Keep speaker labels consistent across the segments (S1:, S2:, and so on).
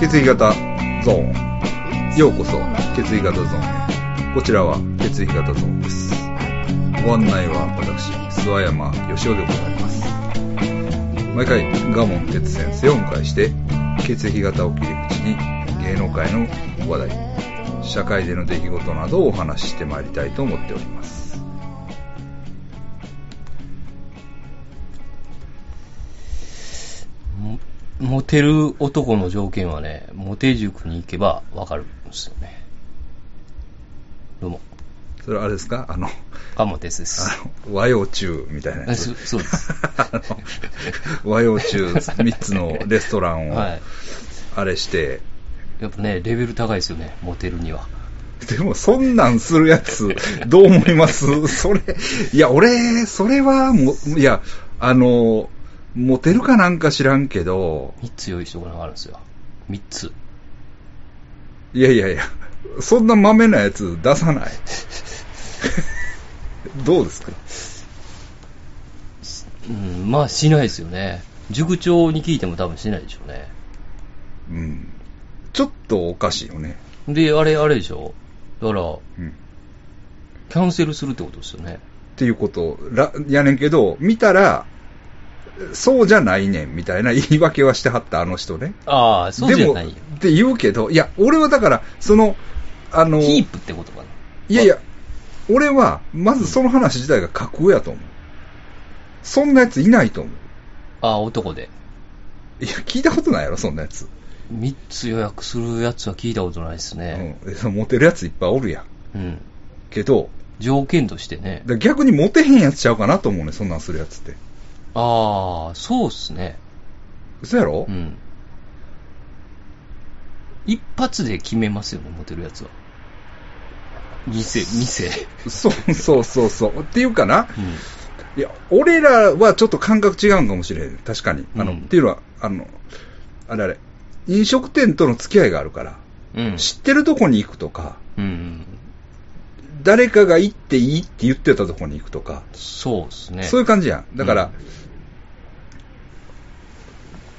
S1: 血液型ゾーン。ようこそ、血液型ゾーンへ。こちらは血液型ゾーンです。ご案内は私、諏訪山義雄でございます。毎回、賀門哲先生をお迎えして、血液型を切り口に芸能界の話題、社会での出来事などをお話ししてまいりたいと思っております。
S2: もモテる男の条件はね、モテ塾に行けばわかるんですよね。どうも、
S1: それはあれですかあの、
S2: カモテスです。
S1: あの和洋中みたいなや
S2: そ
S1: つ。
S2: そうです。
S1: あの和洋中3つのレストランを
S2: はい。
S1: あれして、
S2: やっぱね、レベル高いですよね、モテるには。
S1: でもそんなんするやつ、どう思います それ、いや、俺、それはもう、いや、あの、モテるかなんか知らんけど、
S2: 3つ用意しておかなあかんですよ。3つ。
S1: いやいやいや、そんな豆なやつ出さない。 どうですか
S2: うん、まあしないですよね。塾長に聞いても多分しないでしょうね。
S1: うん。ちょっとおかしいよね。
S2: で、あれ、あれでしょだから、
S1: うん。っ
S2: キャンセルするってことですよね。
S1: ていうことら、やねんけど、見たら、そうじゃないねん、みたいな言い訳はしてはった、あの人ね。
S2: ああ、そうじゃな
S1: で。
S2: いよ
S1: も、って言うけど、いや、俺はだから、その、あの、
S2: キープってことかな。
S1: いやいや、俺は、まずその話自体が架空やと思う。そんなやついないと思う。
S2: ああ、男で。
S1: いや、聞いたことないやろ、そんなやつ。
S2: 3つ予約するやつは聞いたことないですね。
S1: うんえ。そのモテるやついっぱいおるやん。
S2: うん。
S1: けど、
S2: 条件としてね
S1: だ。から逆にモテへんやつちゃうかなと思うね、そんなんするやつって。
S2: ああ、そうっすね。
S1: 嘘やろ、
S2: うん。一発で決めますよね、モテるやつは。店、店。
S1: そうそうそうそう。っていうかな、
S2: うん。
S1: いや、俺らはちょっと感覚違うんかもしれへん。確かに。あの、
S2: うん
S1: っていうのは、あの、あれあれ、飲食店との付き合いがあるから、
S2: うん。
S1: 知ってるとこに行くとか、
S2: うん。
S1: 誰かが行っていいって言ってたとこに行くとか、
S2: そうっすね。
S1: そういう感じやん。だから、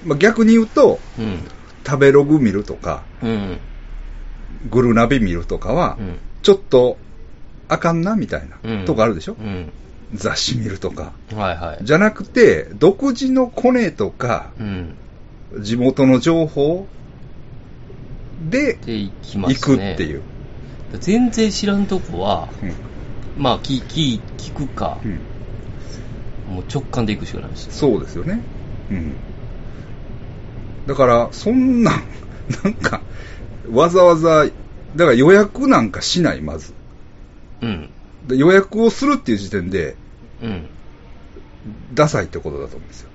S1: まあ、逆に言うと、
S2: うん。
S1: 食べログ見るとか、
S2: うん。
S1: グルナビ見るとかは、
S2: うん。
S1: ちょっと、あかんなみたいな、
S2: うん
S1: とかあるでしょ、
S2: うん。
S1: 雑誌見るとか。
S2: はいはい。
S1: じゃなくて、独自のコネとか、
S2: うん。
S1: 地元の情報で
S2: で、行きま
S1: 行
S2: す
S1: くっ
S2: ね。
S1: ていう。
S2: 全然知らんとこは、
S1: うん
S2: まあ、聞、聞、聞くか、
S1: うん
S2: もう直感で行くしかないですよ。
S1: そうですよね。うん。だから、そんなん、 なんか、わざわざ、だから予約なんかしない、まず。
S2: うん。
S1: で予約をするっていう時点で、
S2: うん。
S1: ダサいってことだと思うん ですよ。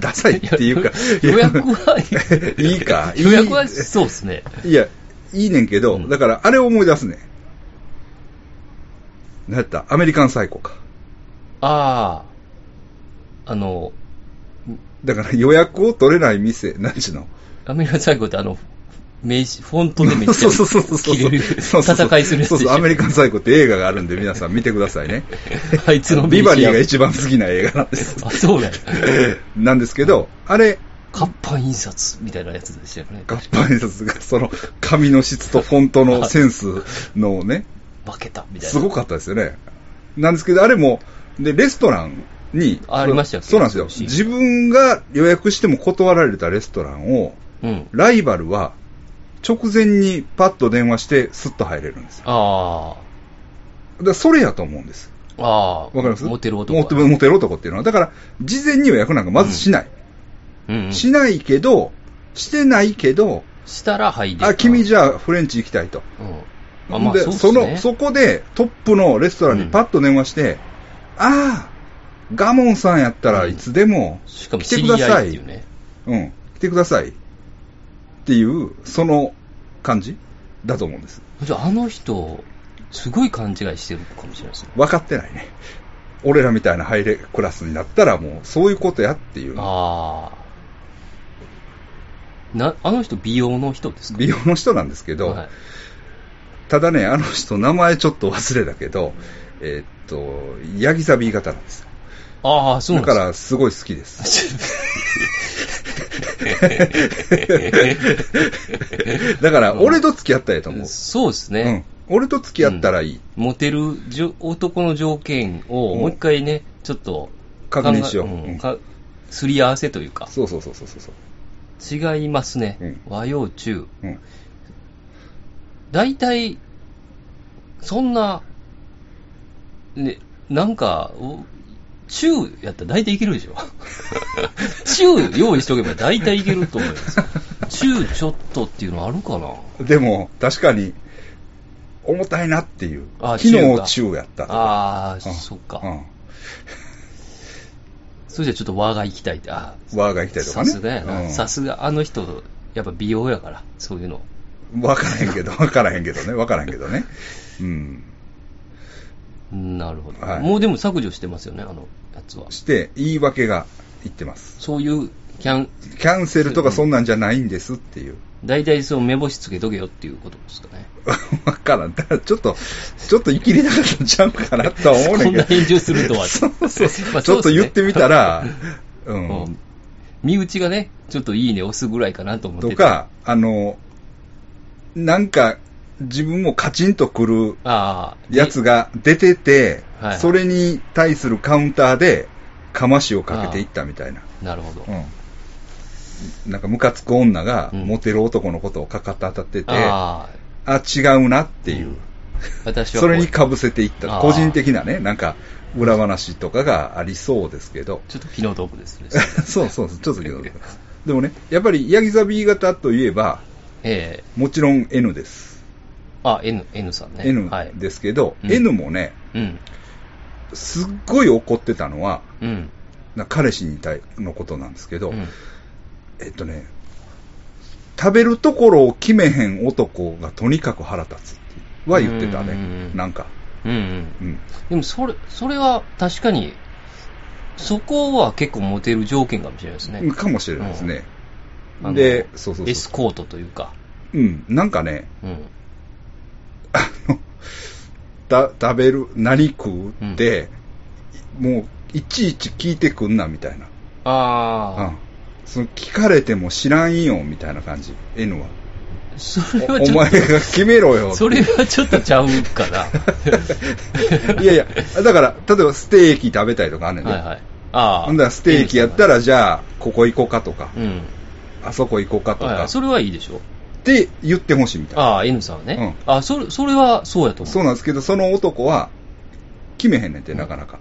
S1: ダサいっていうか、いや
S2: 予約は、
S1: いいか。いい
S2: 予約は、そうっすね。
S1: いや、いいねんけど、
S2: うん
S1: だから、あれを思い出すね。なんやったアメリカンサイコか。
S2: ああ、あの、
S1: だから予約を取れない店、なんちゅうの
S2: アメリカ最後ってあの、名刺、フォントでめっ ち
S1: そ
S2: ゃ
S1: うそうそうそうそう。
S2: 切れる、
S1: そうそうそう
S2: 戦いするやつ
S1: そう
S2: でし
S1: そう、
S2: ょ
S1: アメリカンサイコって映画があるんで、皆さん見てくださいね。
S2: あ いつの名刺
S1: ビバリーが一番好きな映画なんです。
S2: あ、そうや。
S1: なんですけど、あれ、
S2: 活版印刷みたいなやつでしたよね。
S1: 合敗ですが、その、紙の質とフォントのセンスのね、
S2: 負けたみたいな。
S1: すごかったですよね。なんですけど、あれも、で、レストランに、
S2: あありましたよ
S1: そうなんですよ。
S2: そういう
S1: 自分が予約しても断られたレストランを、
S2: うん。
S1: ライバルは、直前にパッと電話して、スッと入れるんですよ。
S2: あ
S1: だからそれやと思うんです。
S2: あ、ああ、
S1: わかります
S2: モテる
S1: モテ
S2: 男。
S1: モテる男っていうのは、だから、事前に予約なんかまずしない。
S2: うんうん。し
S1: しないけど、してないけど、
S2: たら入れる。
S1: あ、君じゃあフレンチ行きたいと。
S2: うん。あ、まあ、
S1: で
S2: そうっす
S1: そ
S2: ね。
S1: の、そこでトップのレストランにパッと電話して、ああ、ガモンさんやったらいつでも、
S2: しかも
S1: 来て
S2: 知
S1: く
S2: り
S1: ださ
S2: 合い
S1: い
S2: っていうね。
S1: うん、来てください。っていう、その感じだと思うんです。
S2: じゃあ、あの人、すごい勘違いしてるかもしれないですね。
S1: 分かってないね。俺らみたいなハイレクラスになったらもう、そういうことやっていう。
S2: ああ。な、あの人、美容の人ですか
S1: 美容の人なんですけど、
S2: はい
S1: ただね、あの人、名前ちょっと忘れたけど、えーっと、ヤギ座 B 型なんですよ。
S2: ああ、そう
S1: だ
S2: なんで
S1: か、
S2: すから
S1: すごい好きです。だから、俺と付き合ったらいいと思う。
S2: そうです
S1: う
S2: ね
S1: ん。。俺と付き合ったらいい。
S2: モテるじょ男の条件をもう一回ね、ちょっと
S1: 確認しよう。
S2: 考
S1: う
S2: え
S1: ん
S2: んかすり合わせというか、
S1: そうそうそうそうそう。
S2: 違いますね。
S1: うん
S2: 和洋中。
S1: うん。
S2: 大体、そんな、ね、なんか、お中やったら大体いける でしょ。中用意しとけば大体いけると思います。中ちょっとっていうのあるかな
S1: でも、確かに、重たいなっていう。
S2: あ
S1: 昨
S2: 中
S1: 日
S2: だ
S1: 中やった。
S2: ああ、
S1: うん
S2: そっか。
S1: うん。
S2: それじゃちょっと和が行きたいって。あー
S1: バーが行きたいとか
S2: さ
S1: ね。
S2: すがや
S1: うん
S2: な。さすが、あの人、やっぱ美容やから、そういうの。
S1: わからへんけど、 わからへんけどね、わからへんけどね。うん。
S2: なるほど。
S1: はい
S2: もうでも削除してますよね、あのやつは。
S1: して、言い訳が言ってます。
S2: そういうキャン、
S1: キャンセルとかそんなんじゃないんですっていう。
S2: 大体そう目星つけとけよっていうことですかね。
S1: わからん。だからちょっと、ちょっと生きりなかったんちゃうかなとは思うね
S2: こ
S1: ん
S2: ん
S1: け
S2: な
S1: ど。
S2: 返事をすると は。
S1: そうそうそう
S2: まあ
S1: ちょっと言ってみたら、う
S2: そうですねうんん。身内がね、ちょっといいね押すぐらいかなと思って
S1: と
S2: た。
S1: か、あの、なんか、自分もカチンとくる
S2: ああ、
S1: やつが出てて
S2: は、い
S1: それに対するカウンターで、かましをかけていったみたいな。
S2: で。なるほど。
S1: うん。なんか、ムカつく女が、
S2: うん
S1: モテる男のことをかかって当たってて、あ
S2: ああ、
S1: 違うなっていう。
S2: うん私はこ
S1: そうれに被せていった。
S2: あー
S1: 個人的なね、なんか、裏話とかがありそうですけ ど。
S2: ちょっと気の毒ですね。
S1: そうそうそう、ちょっと言うけどでもね、やっぱり、ヤギ座 B 型といえば、
S2: ええ
S1: もちろん N です。
S2: あ、N、N さんね。
S1: N
S2: はい。
S1: ですけど、
S2: うん
S1: N もね、
S2: うん。
S1: すっごい怒ってたのは、
S2: うん。
S1: な彼氏に対のことなんですけど、
S2: うん
S1: えっとね、食べるところを決めへん男がとにかく腹立つっていうは言ってた
S2: うんうん
S1: ね
S2: う。ん
S1: なんか。
S2: うんうん。
S1: うん。
S2: でもそれ、それは確かに、そこは結構モテる条件かもしれないですね。
S1: かもしれないですね。
S2: あの
S1: で、そうそう
S2: エ
S1: そ
S2: スコートというか。
S1: う。うん。なんかね、
S2: うん。
S1: あの、 だ、食べる、何食うって、もう、いちいち聞いてくんな、みたいな。う
S2: あ
S1: ん。その、聞かれても知らんよ、みたいな感じ。N は。
S2: あ、それは
S1: お
S2: ち
S1: お
S2: ょ
S1: 前
S2: っ
S1: が決めろよ。
S2: と、それはちょっとちゃうか な。
S1: いやいや、だから、例えばステーキ食べたいとかあんねんね。
S2: はいはい。ああ。
S1: ほんだらステーキやった
S2: ら、
S1: ら、じゃあ、ここ行こうかとか、
S2: うん。
S1: あそこ行こうかと
S2: はいは
S1: か、
S2: い、それはいいでしょ。
S1: って言ってほしいみたいな。
S2: ああ、N さんはね。
S1: う
S2: ああそれ、それはそうやと思
S1: そうなんですけど、その男は、決めへんねんって、なかなか。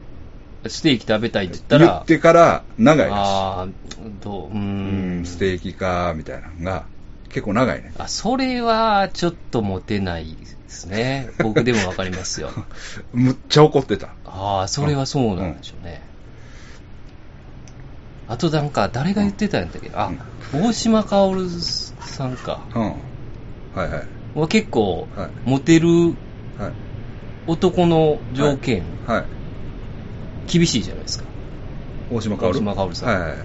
S2: う。ステーキ食べたいって言った
S1: 言
S2: ら、
S1: ってから、長いら
S2: ああ、どう、うー
S1: しい。うん、
S2: ん。
S1: ステーキか、みたいなのが、結構長いね。
S2: あ、それは、ちょっとモテないですね。僕でもわかり ますよ。
S1: むっちゃ怒ってた。
S2: ああ、それはそうなんでしょうね。あとなんか、誰が言ってたんだっけ、あ、大島かおるさんか。
S1: うん。はいはい。
S2: は結構、
S1: はい
S2: モテる
S1: はい。
S2: 男の条件、
S1: はい。
S2: 厳しいじゃないですか。
S1: 大島かおる
S2: 大島かおるさ
S1: は
S2: ん
S1: いはいはい。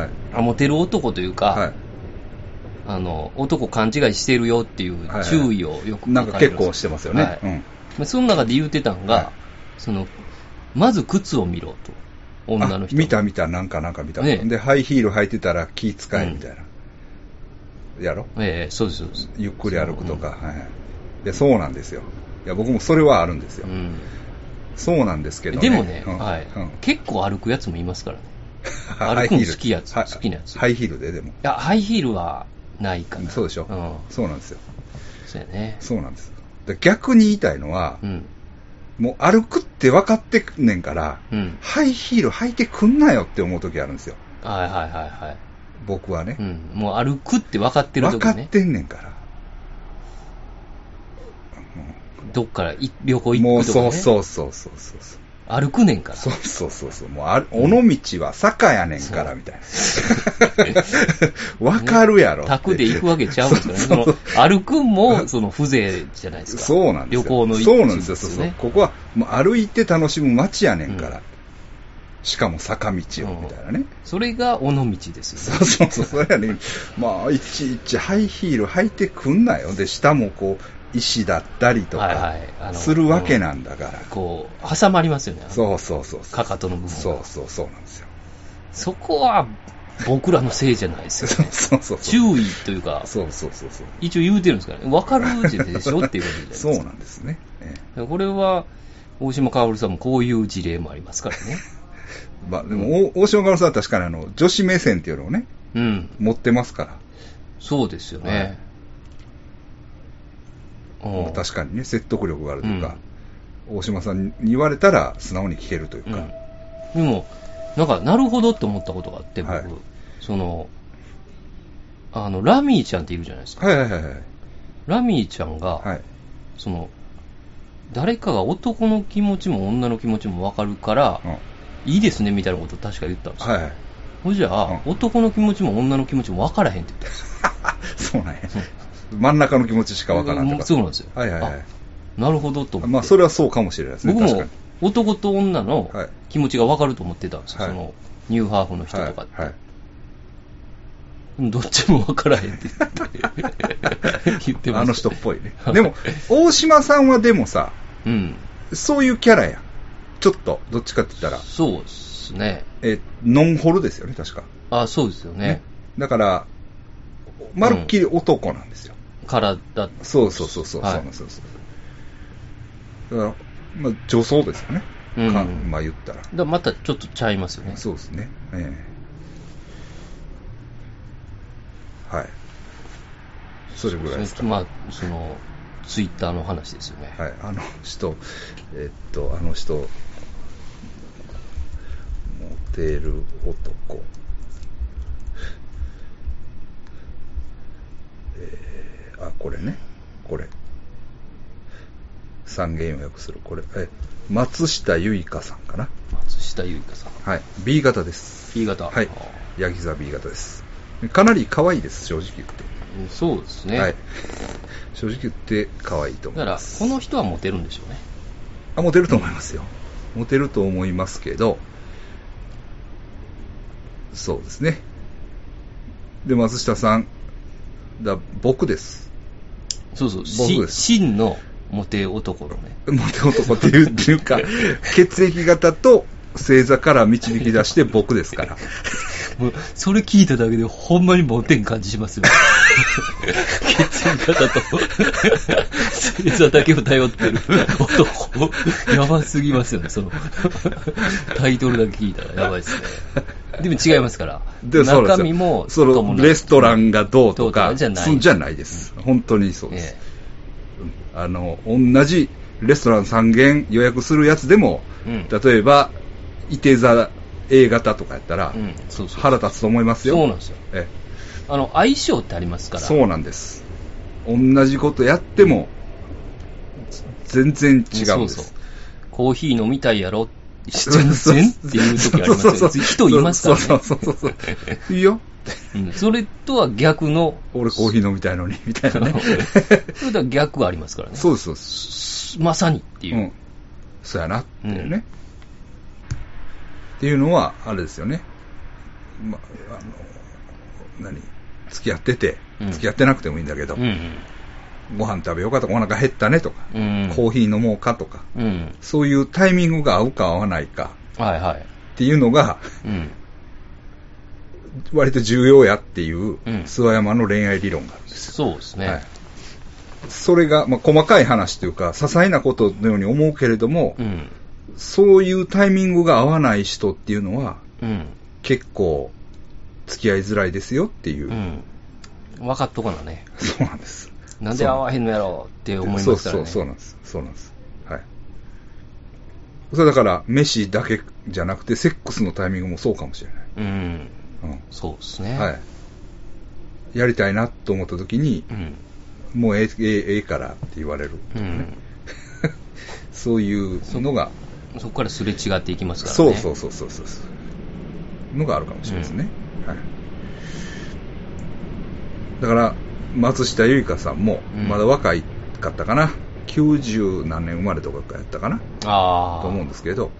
S1: はい。
S2: あモテる男というか、
S1: はい
S2: あの、男勘違いしてるよってい
S1: は
S2: う
S1: いはい
S2: 注意をよく
S1: なんか結構しててますよね。
S2: はい
S1: うん。
S2: まあその中で言うてたんが、
S1: はい
S2: その、まず靴を見ろと。女の人。
S1: あ見た見た、なんかなんか見た。
S2: ねえ
S1: で、ハイヒール履いてたら気使えみたいな。やろ
S2: ええそうです、そうです。
S1: ゆっくり歩くとか。はい。いや、そうなんですよ。いや、僕もそれはあるんですよ。
S2: うん。
S1: そうなんですけどね。
S2: でもね、
S1: うん
S2: はい、
S1: うん
S2: 結構歩くやつもいますからね。
S1: ハイヒール
S2: 歩くの好きやつ
S1: はい
S2: 好きなやつ
S1: ハイヒールで、でも。
S2: いや、ハイヒールはないかな。
S1: そうでしょ
S2: うん。
S1: そうなんですよ。
S2: そうやね。
S1: そうなんです。で逆に言いたいのは
S2: う、ん。
S1: もう歩くって分かってんねんから、
S2: うん。
S1: ハイヒール履いてくんなよって思う時あるんですよ。
S2: はいはいはいはい。
S1: 僕はね
S2: う。ん。もう歩くって分かってる
S1: 分
S2: 時
S1: かっ
S2: ね。
S1: てんねんから。
S2: どっからい旅行
S1: もう
S2: 行くとか、ね。
S1: そうそうそうそうそうそう。
S2: 歩くねんか ら。
S1: そうそうそうそう。もうある、尾道は坂やねんから、みたい な。わかるやろ。
S2: 宅で行くわけちゃうんですよね。そ
S1: そうそう
S2: の歩くも、その風情じゃないですか。
S1: そうなんですよ。
S2: 旅行の一
S1: そう
S2: 部
S1: なんですよ。そうそう。ここは、もう歩いて楽しむ街やねんから。
S2: うん
S1: しかも坂道を、みたいなね。
S2: それが尾道ですよ
S1: そうそうそう、それやねん。まあ、いちいちハイヒール履いてくんなよ。で、下もこう、石だったりと
S2: はいは
S1: か
S2: いあ、の
S1: するわけなんだから
S2: ね。。こう、挟まりますよね。
S1: そうそうそうそう。
S2: かかとの部分が
S1: そうそうそうなんですよ。
S2: そこは、僕らのせいじゃないです
S1: そう
S2: よね。
S1: そうそうそう。
S2: 注意というか、
S1: そうそうそうそう。
S2: 一応言うてるんですからね。わかるでしょっていうことじゃないです
S1: そう
S2: か。
S1: なんですね。ええ
S2: これは、大島かおるさんもこういう事例もありますからね。
S1: まあ、でも、お大島ガオさんは確かにあの、女子目線っていうのをね、
S2: うん。
S1: 持ってますから。
S2: そうですよね。うん
S1: 確かにね、説得力があるというか、大島さんに言われたら素直に聞けるというか、
S2: うん、でも、なんか、なるほどって思ったことがあって、僕、
S1: はい
S2: その、あの、ラミーちゃんっているじゃないですか。
S1: はいはいはいはい。
S2: ラミーちゃんが、
S1: はい。
S2: その、誰かが男の気持ちも女の気持ちも分かるから、
S1: うん
S2: いいですねみたいなことを確か言ったんですよ。
S1: はい はい。
S2: ほいじゃあ、
S1: うん
S2: 男の気持ちも女の気持ちも分からへんって言ったんですよ。
S1: そうなんや。真ん中の気持ちしかわからんと
S2: もう
S1: か。
S2: そうなんですよ。
S1: はいはいはい。
S2: あなるほどと思って。
S1: まあ、それはそうかもしれないですね。
S2: 僕
S1: 確か
S2: も
S1: に。
S2: 男と女の
S1: はい
S2: 気持ちが分かると思ってたんですよ、
S1: はい
S2: そのニューハーフの人とかって、
S1: はいはい
S2: どっちも分からへんって言って言ってました
S1: あの人っぽいね。でも、大島さんはでもさ、
S2: うん
S1: そういうキャラやん。ちょっと、どっちかって言ったら、
S2: そうですね
S1: え、ノンホルですよね、確か。
S2: あそうですよね
S1: だから、まるっきり男なんですよ。
S2: 体
S1: そうそうそうそう、
S2: はい
S1: そうなんですそうそうだから、まあ、女装ですよね。
S2: うん
S1: かまあ言ったら。
S2: だまたちょっとちゃいますよね
S1: そうですね。ええはい。それぐらいですか。
S2: まあそのツイッターの話ですよね、
S1: はい、あの人、えっと、あの人、モテる男。えー、あ、これね、これ。三元予約する、これ。え、松下由衣香さんかな。
S2: 松下由香さん
S1: はい、B 型です。
S2: B 型
S1: はい
S2: あ、
S1: ヤギ座 B 型です。かなり可愛いです、正直言って。
S2: うんそうですね、
S1: はい。正直言って可愛いと思
S2: だ
S1: い
S2: から
S1: ます。
S2: この人はモテるんでしょうね
S1: あ、モテると思いますよ。モテると思いますけど、そうですね。で、松下さん、だ僕です。
S2: そうそう
S1: 僕
S2: し
S1: です
S2: 真のモテ男のね
S1: モテ男っていうっていう か、血液型と星座から導き出して僕ですから。
S2: もうそれ聞いただけでほんまにモテん感じしますよ。血液型と、星座だけを頼ってる男。やばすぎますよね、その。タイトルだけ聞いたらやばいですね。でも違いますから。
S1: でそうなんです
S2: 中
S1: よ
S2: 身も、
S1: そのレストランがどうと
S2: ど
S1: か、
S2: うとかじゃない
S1: そんじゃないです。本当にそうです
S2: え。
S1: あの、同じレストラン3軒予約するやつでも、
S2: えうん。
S1: 例えば、いて座 A 型とかやったら、
S2: うん、そうそう。
S1: 腹立つと思いますよ。
S2: そうなんですよ。
S1: え
S2: あの、相性ってあります
S1: え
S2: から。
S1: そうなんです。同じことやっても、全然違うんです。
S2: そうそう。コーヒー飲みたいやろ全然っていう時ありま す
S1: そうそ
S2: よ
S1: うそ
S2: ね。
S1: う
S2: 人いますからね。
S1: そうそうそうそう。いいよ。
S2: うんそれとは逆の、
S1: 俺コーヒー飲みたいのに、み たいなね。
S2: それとは逆がありますからね。
S1: そうです、そうです。
S2: まさにっていう。
S1: うん。そうやなっていうね。っていうのは、あれですよね。ま、あの、何付き合ってて
S2: う、ん
S1: 付き合ってなくてもいいんだけど、
S2: うんうん。
S1: ご飯食べようかとか、お腹減ったねとか、
S2: うん。
S1: コーヒー飲もうかとか、
S2: うん。
S1: そういうタイミングが合うか合わないか
S2: はいはい。
S1: っていうのが、
S2: うん。
S1: 割と重要やっていう、
S2: うん
S1: 諏訪山の恋愛理論があるんですよ。
S2: そうですね。
S1: はいそれが、まあ、細かい話というか、些細なことのように思うけれども、
S2: うん。
S1: そういうタイミングが合わない人っていうのは、
S2: うん。
S1: 結構、付き合いづらいですよっていうう。
S2: ん。分かっとかなね。
S1: そうなんです。
S2: なんで合わへんのやろうって思います
S1: そう
S2: から
S1: そ
S2: ね。
S1: う、そうなんです。そうなんです。はい。それだから、飯だけじゃなくて、セックスのタイミングもそうかもしれない。
S2: うん。
S1: うん。
S2: そうですね。
S1: はい。やりたいなと思った時に
S2: う、ん。
S1: もうええええええからって言われる、
S2: うん。
S1: そういうのが、
S2: そこからすれ違っていきますからね。
S1: そうそうそうそうそうそうのがあるかもしれないですね、はい、だから松下由香さんも
S2: うん
S1: まだ若いかったかな、90何年生まれとかやったかな
S2: ああ。
S1: と思うんですけど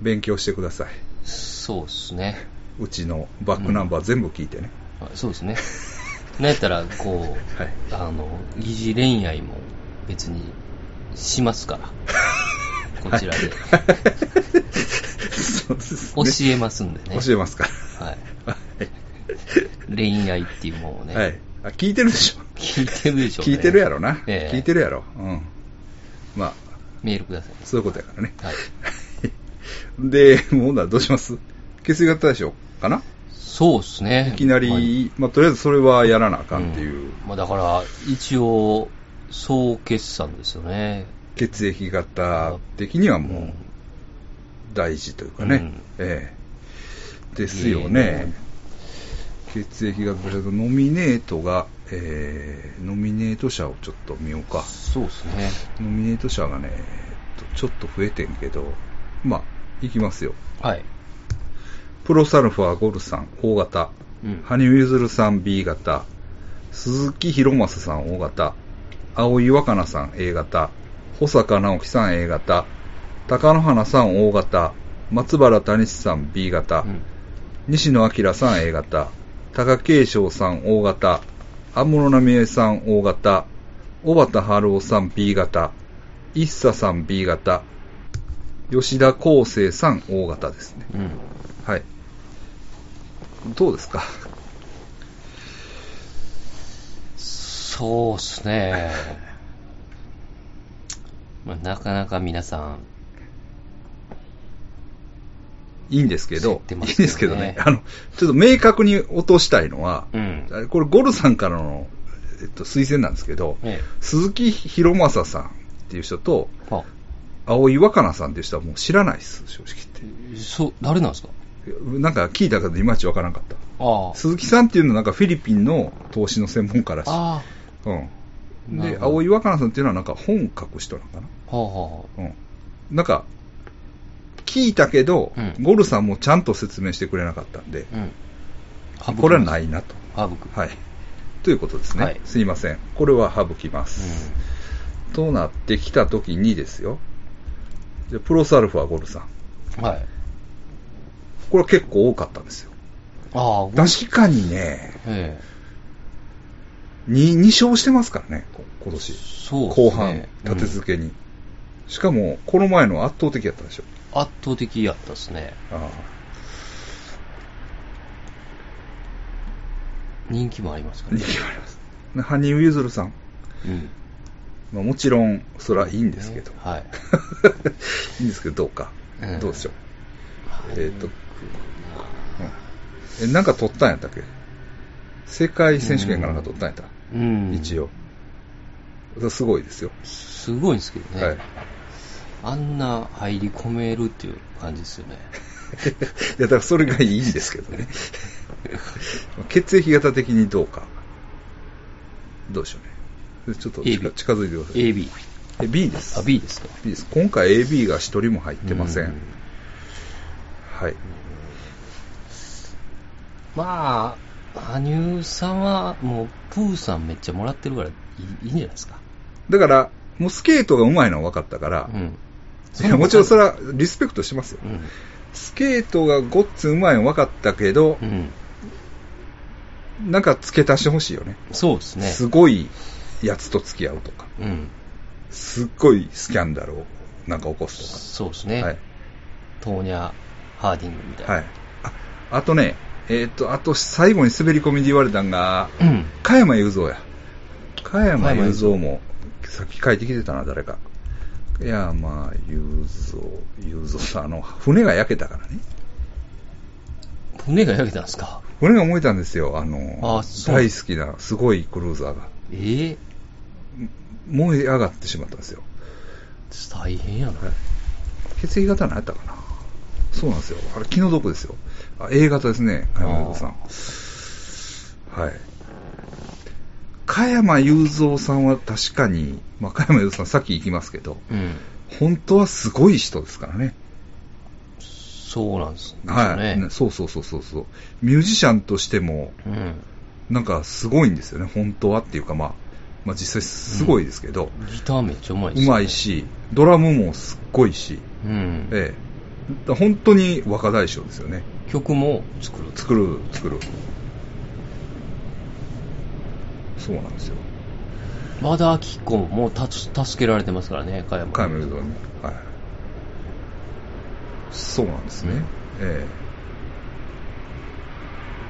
S1: 勉強してください
S2: そうですね。
S1: うちのバックナンバー全部聞いてね、
S2: あそうですね。なんやったら、こう、
S1: はい
S2: あの、疑似恋愛も 別にしますから。こちらで。
S1: そうです
S2: 教
S1: ね
S2: えますんでね。
S1: 教えますか
S2: はい。
S1: ら。
S2: 恋愛っていうものをね、
S1: はい。はい。あ、聞いてるでしょ。
S2: 聞いてるでしょう、ね。
S1: 聞いてるやろな。
S2: ええ
S1: 聞いてるやろ。うん。まあ、
S2: メールください。
S1: そういうことやからね。
S2: はい。
S1: で、問題どうします血液型でしょかな
S2: そうですね。
S1: いきな
S2: まあ
S1: り、まあ、とりあえずそれはやらなあかんっていう、
S2: んまあだから、一応、総決算ですよね。
S1: 血液型的にはもう、大事というかね、
S2: うん
S1: ええ、ですよね、血液型だとノミネートが、えーノミネート者をちょっと見ようか、
S2: そうですね。
S1: ノミネート者がね、えっとちょっと増えてんけど、まあ、いきますよ、
S2: はい。
S1: プロサルファーゴルさん、O 型、
S2: うん
S1: 羽生結弦さん、B 型、鈴木博正さん、O 型、青井若菜さん、A 型、保坂直樹さん、A 型、高野花さん、O 型、松原谷志さん、B 型、
S2: うん
S1: 西野明さん A 型、貴景勝さん O 型、安室奈美恵さん O 型、小畑春夫さん B 型、一茶さん B 型、吉田康生さん O 型ですね。
S2: うん。
S1: はい。どうですか
S2: そうですね。まあ、なかなか皆さん、
S1: いいんですけ
S2: 知っ
S1: ど、
S2: て
S1: いいん
S2: ます
S1: ですけ
S2: けど
S1: ど
S2: ね
S1: ね、あの、ちょっと明確に落としたいのは、
S2: うん。
S1: あれこれゴルさんからの、えっと、推薦なんですけど、
S2: ええ
S1: 鈴木博正さんっていう人と、
S2: あ
S1: 青井若菜さんっていう人はもう知らないです、正直言って。
S2: そう、誰なんですか
S1: なんか聞いたけど、いまいちわからんかった。
S2: ああ。
S1: 鈴木さんっていうのはなんかフィリピンの投資の専門家らしい。
S2: あ
S1: うん。
S2: なる
S1: で、
S2: ほど
S1: 青井若菜さんっていうのはなんか本書く人なのか
S2: あ。はあは
S1: な。うん。なんか、聞いたけど、
S2: うん
S1: ゴルさんもちゃんと説明してくれなかったんで
S2: あ。、うん。。
S1: これはないいなと。
S2: 省く。
S1: はい。ということですね。
S2: はい
S1: すいません。これは省きます。となってきたときにですよ。じゃあプロサルファーゴルさん。
S2: うん。はい。
S1: これは結構多かったんですよ。
S2: ああ、
S1: 確かにね、
S2: え
S1: に 2, 勝してますからね、こ今
S2: え。
S1: 年。
S2: そうっすね
S1: 後半、立て続けに。しかも、この前の圧倒的やったでしょ。
S2: うん圧倒的やったっすね。
S1: あ
S2: 人気もありますか
S1: あ、
S2: ら
S1: 人気があります。で羽生結弦さん。
S2: うん。
S1: まあ、もちろん、それはいいんですけど。
S2: ねはい
S1: いいんですけど、どうか。
S2: うん
S1: どうでしょう。えーと
S2: ハ
S1: うんえ、なんか取ったんやったっけ世界選手権かなんか取ったんやった。
S2: ングなうん。
S1: 一応。。それすごいですよ。
S2: すごいんですけどね。
S1: はい。
S2: あんな入り込めるっていう感じですよね。
S1: いや、だからそれがいいんですけどね。血液型的にどうか。どうでしょうね。ちょっと
S2: AB
S1: 近近づいてください。
S2: AB。
S1: え B です。
S2: あ、B ですか。
S1: B です。今回 AB が一人も入ってませ。
S2: うん
S1: はい。
S2: まあ、羽生さんは、もう、プーさんめっちゃもらってるからいい、いいんじゃないですか。
S1: だから、もうスケートが上手いのは分かったから、
S2: うん。
S1: いやもちろんそれ
S2: は、
S1: はリスペクトしてますよ
S2: う。ん。
S1: スケートがごっつ上手いの分かったけど
S2: う、ん。
S1: なんか付け足してほしいよね。
S2: そうですね。
S1: すごいやつと付き合うとか、
S2: うん。
S1: すっごいスキャンダルをなんか起こすとか。
S2: そうですね。
S1: はい。
S2: トーニャ・ハーディングみたいな。
S1: はい。あ、あとね、えっ、と、あと最後に滑り込みで言われたんが、
S2: うん。
S1: 加山雄三や。加山
S2: 加山
S1: 雄
S2: 雄
S1: 三も、さっき書いてきてたな、誰か。加山雄三、雄三さん、あの、船が焼けたからね。
S2: 船が焼けたんですか。
S1: 船が燃えたんですよ、あの、
S2: あそう
S1: 大好きな、すごいクルーザーが。
S2: ええ
S1: 燃え上がってしまったんですよ。
S2: 大変やな。
S1: はい血液型何やったかなそうなんですよ。あれ、気の毒ですよ。あ、A 型ですね、加山雄三さん。はい。加山雄三さんは確かに、まあ、加山雄三さんさっき行きますけど、
S2: うん。
S1: 本当はすごい人ですからね。
S2: そうなんですね。
S1: はい。ねそうそうそうそうそう。ミュージシャンとしても、
S2: うん。
S1: なんかすごいんですよね、本当はっていうか、まあ、まあ実際すごいですけど、
S2: ギターめっちゃうまいっ
S1: うまい。し、ドラムもすっごいし、
S2: うん。
S1: ええ。本当に若大将ですよね。
S2: 曲も作る。
S1: 作る作るそうなんですよ
S2: 和田アキ子ももうたつ助けられてますからね、加山。
S1: カメルドにはいそうなんですね。え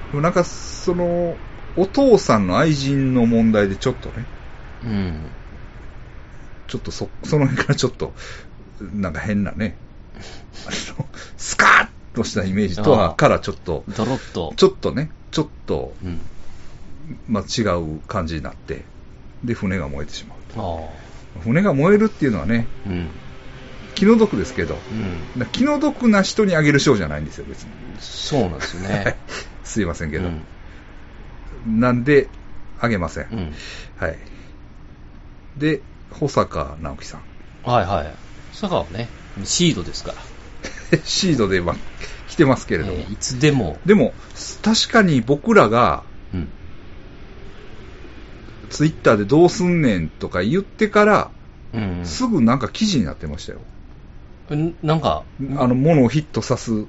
S1: え。でもなんか、その、お父さんの愛人の問題でちょっとね、
S2: うん。
S1: ちょっとそ、その辺からちょっと、なんか変なね、あの、スカーッとしたイメージと
S2: あ
S1: は、
S2: あ
S1: からちょっと、
S2: ドロッと。
S1: ちょっとね、ちょっと、
S2: うん。
S1: まあ、違う感じになって、で、船が燃えてしまう
S2: ああ。
S1: と。船が燃えるっていうのはね、
S2: うん。
S1: 気の毒ですけど、
S2: うん。
S1: な気の毒な人にあげる賞じゃないんですよ、別に。
S2: そうなんですよね。
S1: すいませんけど。
S2: うん。
S1: なんで、あげません。
S2: うん。
S1: はい。で、保坂直樹さん。
S2: はいはい。坂はね、シードですから。
S1: シードで今、来てますけれども。
S2: えーいつでも。
S1: でも、確かに僕らが、
S2: うん。
S1: ツイッターでどうすんねんとか言ってから、
S2: うん。
S1: すぐなんか記事になってましたよ。
S2: うんなんか、
S1: あの、物をヒットさす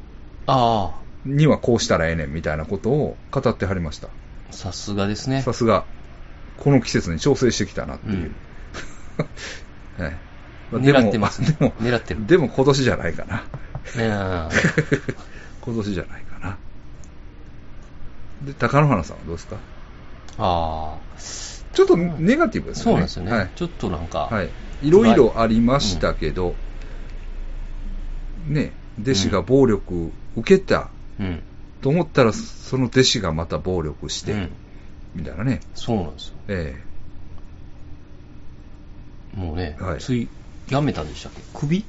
S2: あ
S1: にはこうしたらええねんみたいなことを語ってはりました。
S2: あ、さすがですね
S1: さ。すが、この季節に調整してきたなっていう。 はいまあでも
S2: 狙ってますね
S1: でも
S2: 狙ってる
S1: でも今年じゃないかな。
S2: ねえ
S1: 今年じゃないかな。で、高野花さんはどうですか
S2: あ
S1: ちょっとネガティブ
S2: あ、
S1: です
S2: そ
S1: よ
S2: うなん
S1: ね。
S2: ですよね。
S1: はい
S2: ちょっとなんか、
S1: はい、いろいろありましたけど、ね、弟子が暴力受けた
S2: うん。
S1: と思ったら、その弟子がまた暴力して、
S2: うん
S1: みたいなね、
S2: そうなんですよ。
S1: え
S2: もうね、
S1: はい
S2: つい、やめたんでしたっけ首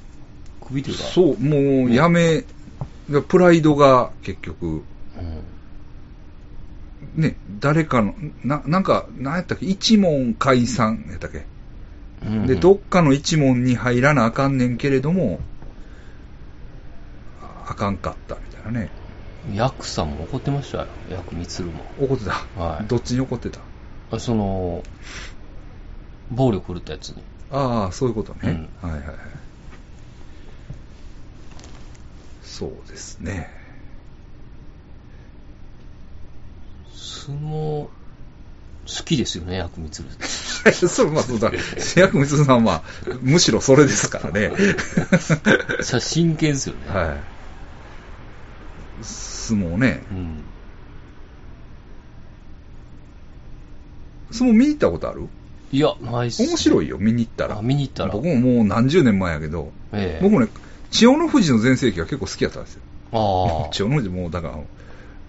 S2: 首
S1: え
S2: というか。う。
S1: そう、もうやめ、プライドが結局、
S2: うん。
S1: ね、誰かの、ななんか、なんやったっけ、一問解散やったっけ、
S2: うん
S1: で、どっかの一問に入らなあかんねんけれども、ああかんかったみたいなね、
S2: ヤクさんも怒ってましたよ。ヤクミツルも。
S1: 怒ってた、
S2: はい
S1: どっちに怒ってた
S2: あその、暴力振るったやつに。
S1: ああ、そういうことね、
S2: うん
S1: はいはいはい。そうですね。
S2: 相撲、好きですよね、ヤクミツル。
S1: そう、まあそうだ。ヤクミツさんは、むしろそれですからね。
S2: さ真剣ですよね。
S1: はい。相撲ね。
S2: うん。
S1: 相撲見に行ったことある
S2: いや、ないっすね
S1: 面白いよ、見に行ったら。
S2: あ見に行ったら
S1: 僕ももう何十年前やけど、
S2: ええ
S1: 僕ね、千代の富士の全盛期が結構好きやったんですよ。
S2: ああ。
S1: 千代の富士もう、だから、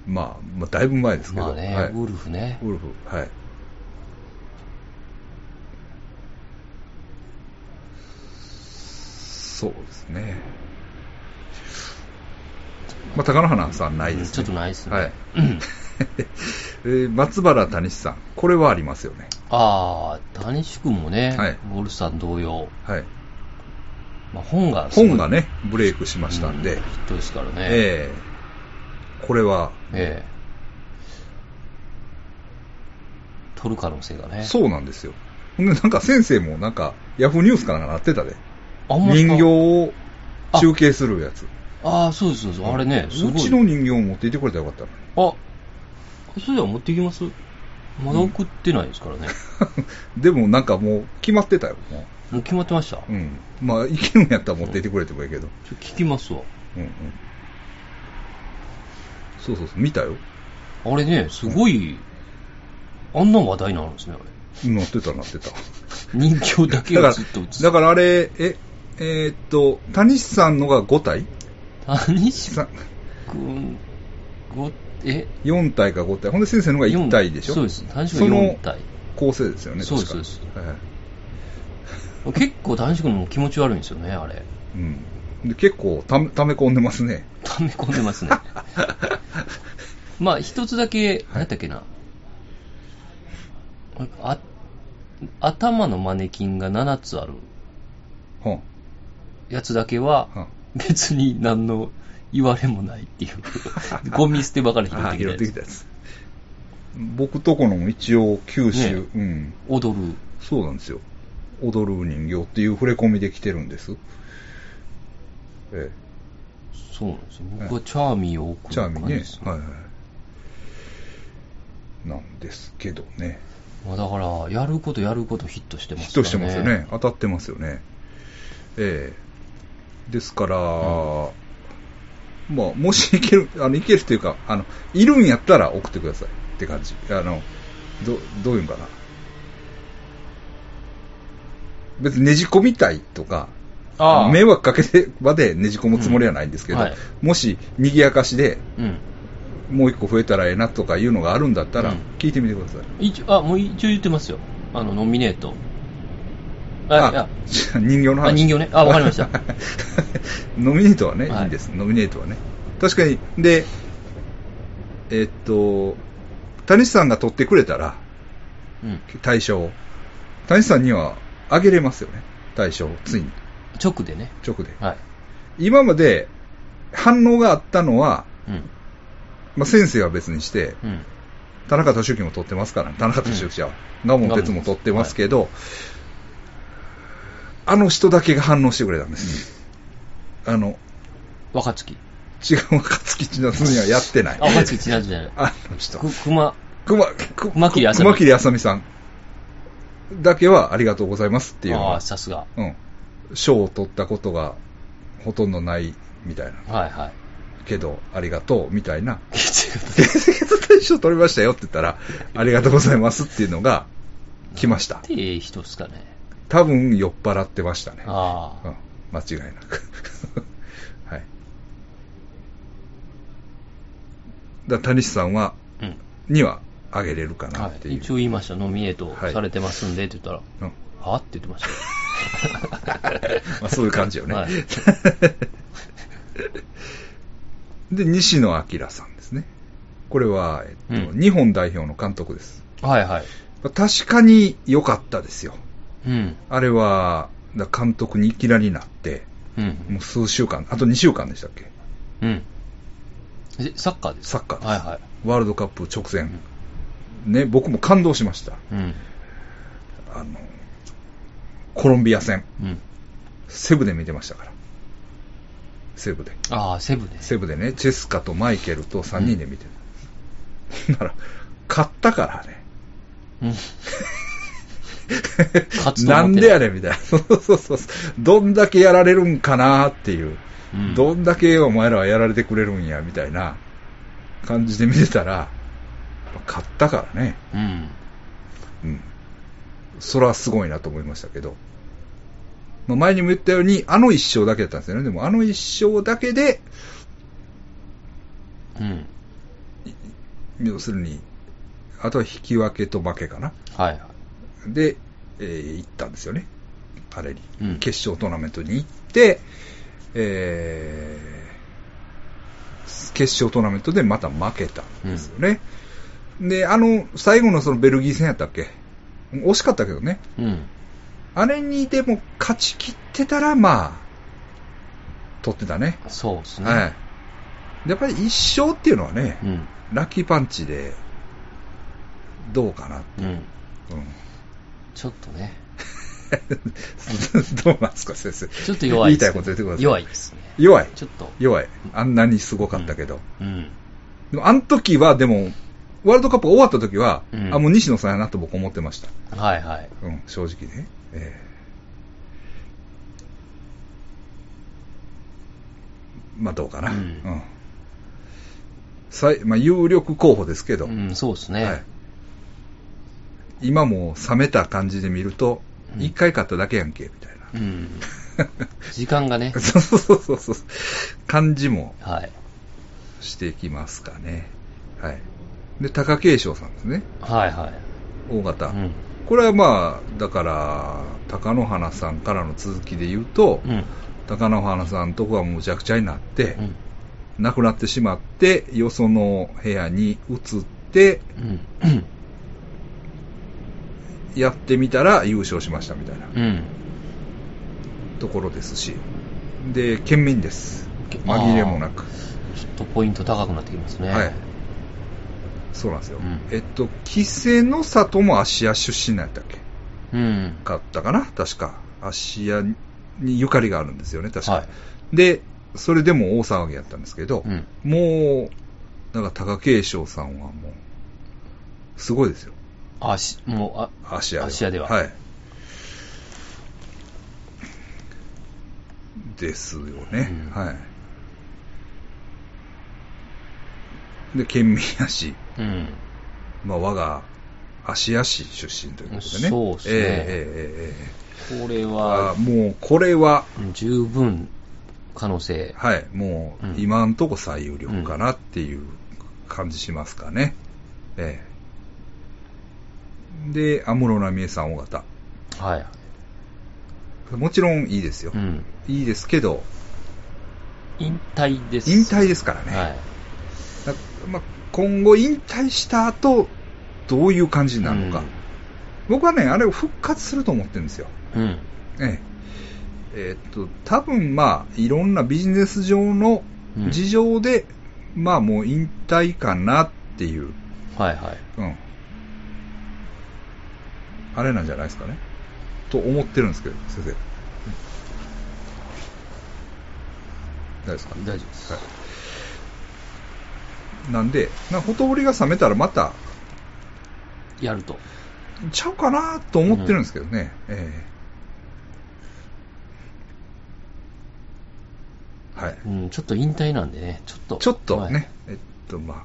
S1: まあ、まあ、だいぶ前ですけど。
S2: まあね、
S1: はい
S2: ウルフね。
S1: ゴルフ、はい。そうですね。まあ、高野花さんないですね。
S2: うんちょっとないですね
S1: はい。
S2: うん
S1: えー松原谷さん、これはありますよね。
S2: ああ、谷志君もね、
S1: はい
S2: ウォルさん同様、
S1: はい。
S2: まあ、本がすごい
S1: 本がね、ブレイクしましたんで、
S2: うヒットですからね。
S1: ええこれは、
S2: ええ取る可能性がね。う。
S1: そうなんですよ。ほんで、なんか先生もなんか、ヤフーニュースかなんかなってたで。
S2: あんまり
S1: 人形を中継するやつ。
S2: ああ、そうです、そうです。あれね、すご
S1: う
S2: い。
S1: ちの人形を持っていてくれたらよかったの に。
S2: あ、それでは持ってきますまだ送ってないですから ね。
S1: でもなんかもう決まってたよ。も
S2: もう決まってました。
S1: うう
S2: ちょ
S1: ん。まあ、いけるんやったら持っていてくれてもいいけど。
S2: っと聞きますわ。
S1: うんうん。そうそうそう、見たよ。
S2: あれね、すごい、あんな話題になるんですね、あれ。
S1: なってたなってた。
S2: 人形だけ
S1: だ
S2: を
S1: か
S2: ずっと映
S1: ら、
S2: す。
S1: だからあれ、え、えーっと、谷さんのが5体
S2: 谷志
S1: さ
S2: 君、ご、え
S1: ?4 体か5体。ほんで先生のが1体でしょ
S2: そうです谷志君が4体
S1: その構成ですよね、
S2: そうです
S1: 確か
S2: そうで
S1: はい
S2: 結構男子君も気持ち悪いんですよね、あれ。
S1: うん。で、結構ため、溜め込んでますね。
S2: 溜め込んでま すね。まあ、一つだけ、何やったっけな。あ頭のマネキンが7つある
S1: ほん。
S2: やつだけは
S1: は、
S2: 別に何の言われもないって いう、ゴミ捨て場から拾
S1: あ
S2: ってきた
S1: 拾っ
S2: や
S1: てきたや
S2: つ。
S1: つ。僕とこのも一応九州、
S2: ね
S1: うん。
S2: 踊る。
S1: そうなんですよ。踊る人形っていう触れ込みで来てるんです。え
S2: そうなんですよ。僕はチャーミーを
S1: え、
S2: 送る
S1: チャーミー
S2: 感じ
S1: ね
S2: です。
S1: はいはい。なんですけどね。
S2: まあだから、やることやることヒットしてます
S1: ヒットしてますよね。当たってますよね。ええ。ですから、
S2: う
S1: まあ、もしいける、あの、いけるというか、あの、いるんやったら送ってくださいって感じ。あの、ど、どういうんかな。別にねじ込みたいとか、
S2: ああ。
S1: 迷惑かけてまでねじ込むつもりはないんですけど、
S2: うんはい
S1: もし、賑やかしで、
S2: うん。
S1: もう一個増えたらええなとかいうのがあるんだったら
S2: うん、
S1: 聞いてみてください。
S2: 一応、あ、もう一応言ってますよ。あの、ノミネート。あ、いや、
S1: じゃあ人形の話。
S2: あ人形ねあわかりました。
S1: ノミネートはね、
S2: はい
S1: い、いんです。ノミネートはね。確かに、で、えっと、谷さんが取ってくれたら、
S2: うん。
S1: 対象を。谷さんにはあげれますよね。対象を、ついに、
S2: 直でね。
S1: 直で。
S2: はい。
S1: 今まで反応があったのは、
S2: うん。
S1: まあ、先生は別にして、
S2: うん。
S1: 田中俊之も取ってますからね、田中俊之は、ガモン哲も取ってますけど、あの人だけが反応してくれたんです。あの、
S2: 若月。
S1: 違う若月千夏にはやってない。
S2: あ、若月千夏じゃない。
S1: あの人。
S2: く、熊。
S1: 熊、
S2: 熊切あさみ
S1: 熊切あさみさんだけはありがとうございますっていうの
S2: ああ、
S1: が、
S2: さすが。
S1: うん。賞を取ったことがほとんどないみたいな。
S2: はいはい。
S1: けど、ありがとうみたいな。
S2: 月
S1: 伝説大賞取りましたよって言ったら、ありがとうございますっていうのが来ました。
S2: ってええ人っすかね。
S1: 多分酔っ払ってましたね。
S2: あ
S1: うん、間違いなく。 はい。だ谷さんは、
S2: あ。うん。
S1: にはあげれるかな
S2: は
S1: ってい
S2: い。
S1: う。
S2: 一応言いました。ノミネートされてますんで、って言ったら、
S1: うん
S2: はあって言ってましたよ。
S1: まあ、そういう感じよね。
S2: はい
S1: で、西野明さんですね。これは、えっと
S2: うん
S1: 日本代表の監督です。
S2: はいはい。
S1: まあ確かに良かったですよ。
S2: うん。
S1: あれは、だ監督にいきなりなって、
S2: う
S1: も
S2: ん
S1: う。数週間、あと2週間でしたっけ
S2: うん。えサッカーです
S1: サッカーです
S2: はいはい。
S1: ワールドカップ直前。ね、僕も感動しました。
S2: うん。
S1: あの、コロンビア戦、
S2: うん。
S1: セブで見てましたから。セブで。
S2: ああ、セブです。
S1: セブでね、チェスカとマイケルと3人で見てた。 なら、勝ったからね。
S2: うん。勝つ と
S1: なん
S2: 思ってない
S1: でやねんみたいな。そうそうそうそう。どんだけやられるんかなっていう。
S2: うん
S1: どんだけお前らはやられてくれるんや、みたいな感じで見てたら、勝ったからね。
S2: うん。
S1: うん。そらすごいなと思いましたけど。まあ前にも言ったように、あの一勝だけだったんですよね。でもあの一勝だけで、
S2: うん。
S1: 要するに、あとは引き分けと負けかな。
S2: はいはい。
S1: で、えー行ったんですよね。あれに。
S2: うん
S1: 決勝トーナメントに行って、えー決勝トーナメントでまた負けたんですよね。で、あの、最後のそのベルギー戦やったっけ惜しかったけどね。
S2: うん。
S1: あれにでも勝ち切ってたら、まあ、取ってたね。
S2: そうですね。
S1: はい。やっぱり一勝っていうのはね、
S2: うん。
S1: ラッキーパンチで、どうかな。
S2: うん。
S1: うん
S2: ちょっとね。
S1: どうなんですか、先生。
S2: ちょっと弱い
S1: 言いた
S2: っすね
S1: いこと言ってください。
S2: 弱い。ですね。
S1: 弱い。
S2: ちょっと。
S1: 弱い。あんなにすごかったけど。
S2: うん。
S1: でも、あの時は、でも、ワールドカップが終わった時は、
S2: うん
S1: あ、もう西野さんやなと僕思ってました。
S2: はいはい。
S1: うん、正直ね。ええまあ、どうかな。
S2: う
S1: うんん。さいまあ、有力候補ですけど、
S2: うん、そうですね。
S1: はい今もう冷めた感じで見ると、
S2: うん
S1: 一、回勝っただけやんけ、みたいな。。
S2: うん。時間がね
S1: そうそうそうそう。感じも
S2: はい。
S1: していきますかね。はい。で、貴景勝さんですね。
S2: はいはい。
S1: 大型。
S2: うん。
S1: これはまあ、だから、貴乃花さんからの続きで言うと、
S2: うん。
S1: 貴乃花さんとこはもうむちゃくちゃになって、
S2: うん。
S1: 亡くなってしまって、よその部屋に移って、
S2: うん。
S1: やってみたら優勝しましたみたいな
S2: うん。
S1: ところですし、で、県民です。紛れもなく。
S2: ちょっとポイント高くなってきますね。
S1: はい。そうなんですよ。
S2: うん
S1: えっと、稀勢の里も芦屋出身なんやったっけ
S2: うん。
S1: かったかな確か。芦屋にゆかりがあるんですよね、確か。
S2: は
S1: で、それでも大騒ぎやったんですけど
S2: い。う、ん。
S1: もう、なんか貴景勝さんはもう、すごいですよ。
S2: あ、し、もう、あ、
S1: 芦屋では。
S2: 芦屋では
S1: はい。ですよね。
S2: うん
S1: はい。で、県民やし、
S2: うん。
S1: まあ、我が芦屋市出身ということでね。
S2: そうっすね
S1: ええええええええ
S2: これ
S1: あ
S2: は、
S1: もう、これは、
S2: うん十分可能性。
S1: はい、も
S2: うん
S1: う、今んとこ最有力かなっていう感じしますかね。ええで、安室奈美恵さん、尾形。
S2: はい。
S1: もちろんいいですよ。
S2: うん。
S1: いいですけど、
S2: 引退です。
S1: 引退ですからね。
S2: はい。
S1: だまあ、今後引退した後、どういう感じになるのか。僕はね、あれを復活すると思ってるんですよ。
S2: うん。うん。
S1: ええ。えーっと、多分まあ、いろんなビジネス上の
S2: うん
S1: 事情で、まあもう引退かなっていう、
S2: はいはい。
S1: うん。あれなんじゃないですかね。と思ってるんですけど、先生。大丈夫ですか
S2: 大丈夫です。
S1: はい。なんで、なほとぼりが冷めたらまた、
S2: やると。
S1: ちゃうかなと思ってるんですけどね。ええはい。
S2: うん、ちょっと引退なんでね、ちょっと。
S1: ちょっとね、えっと、まあ、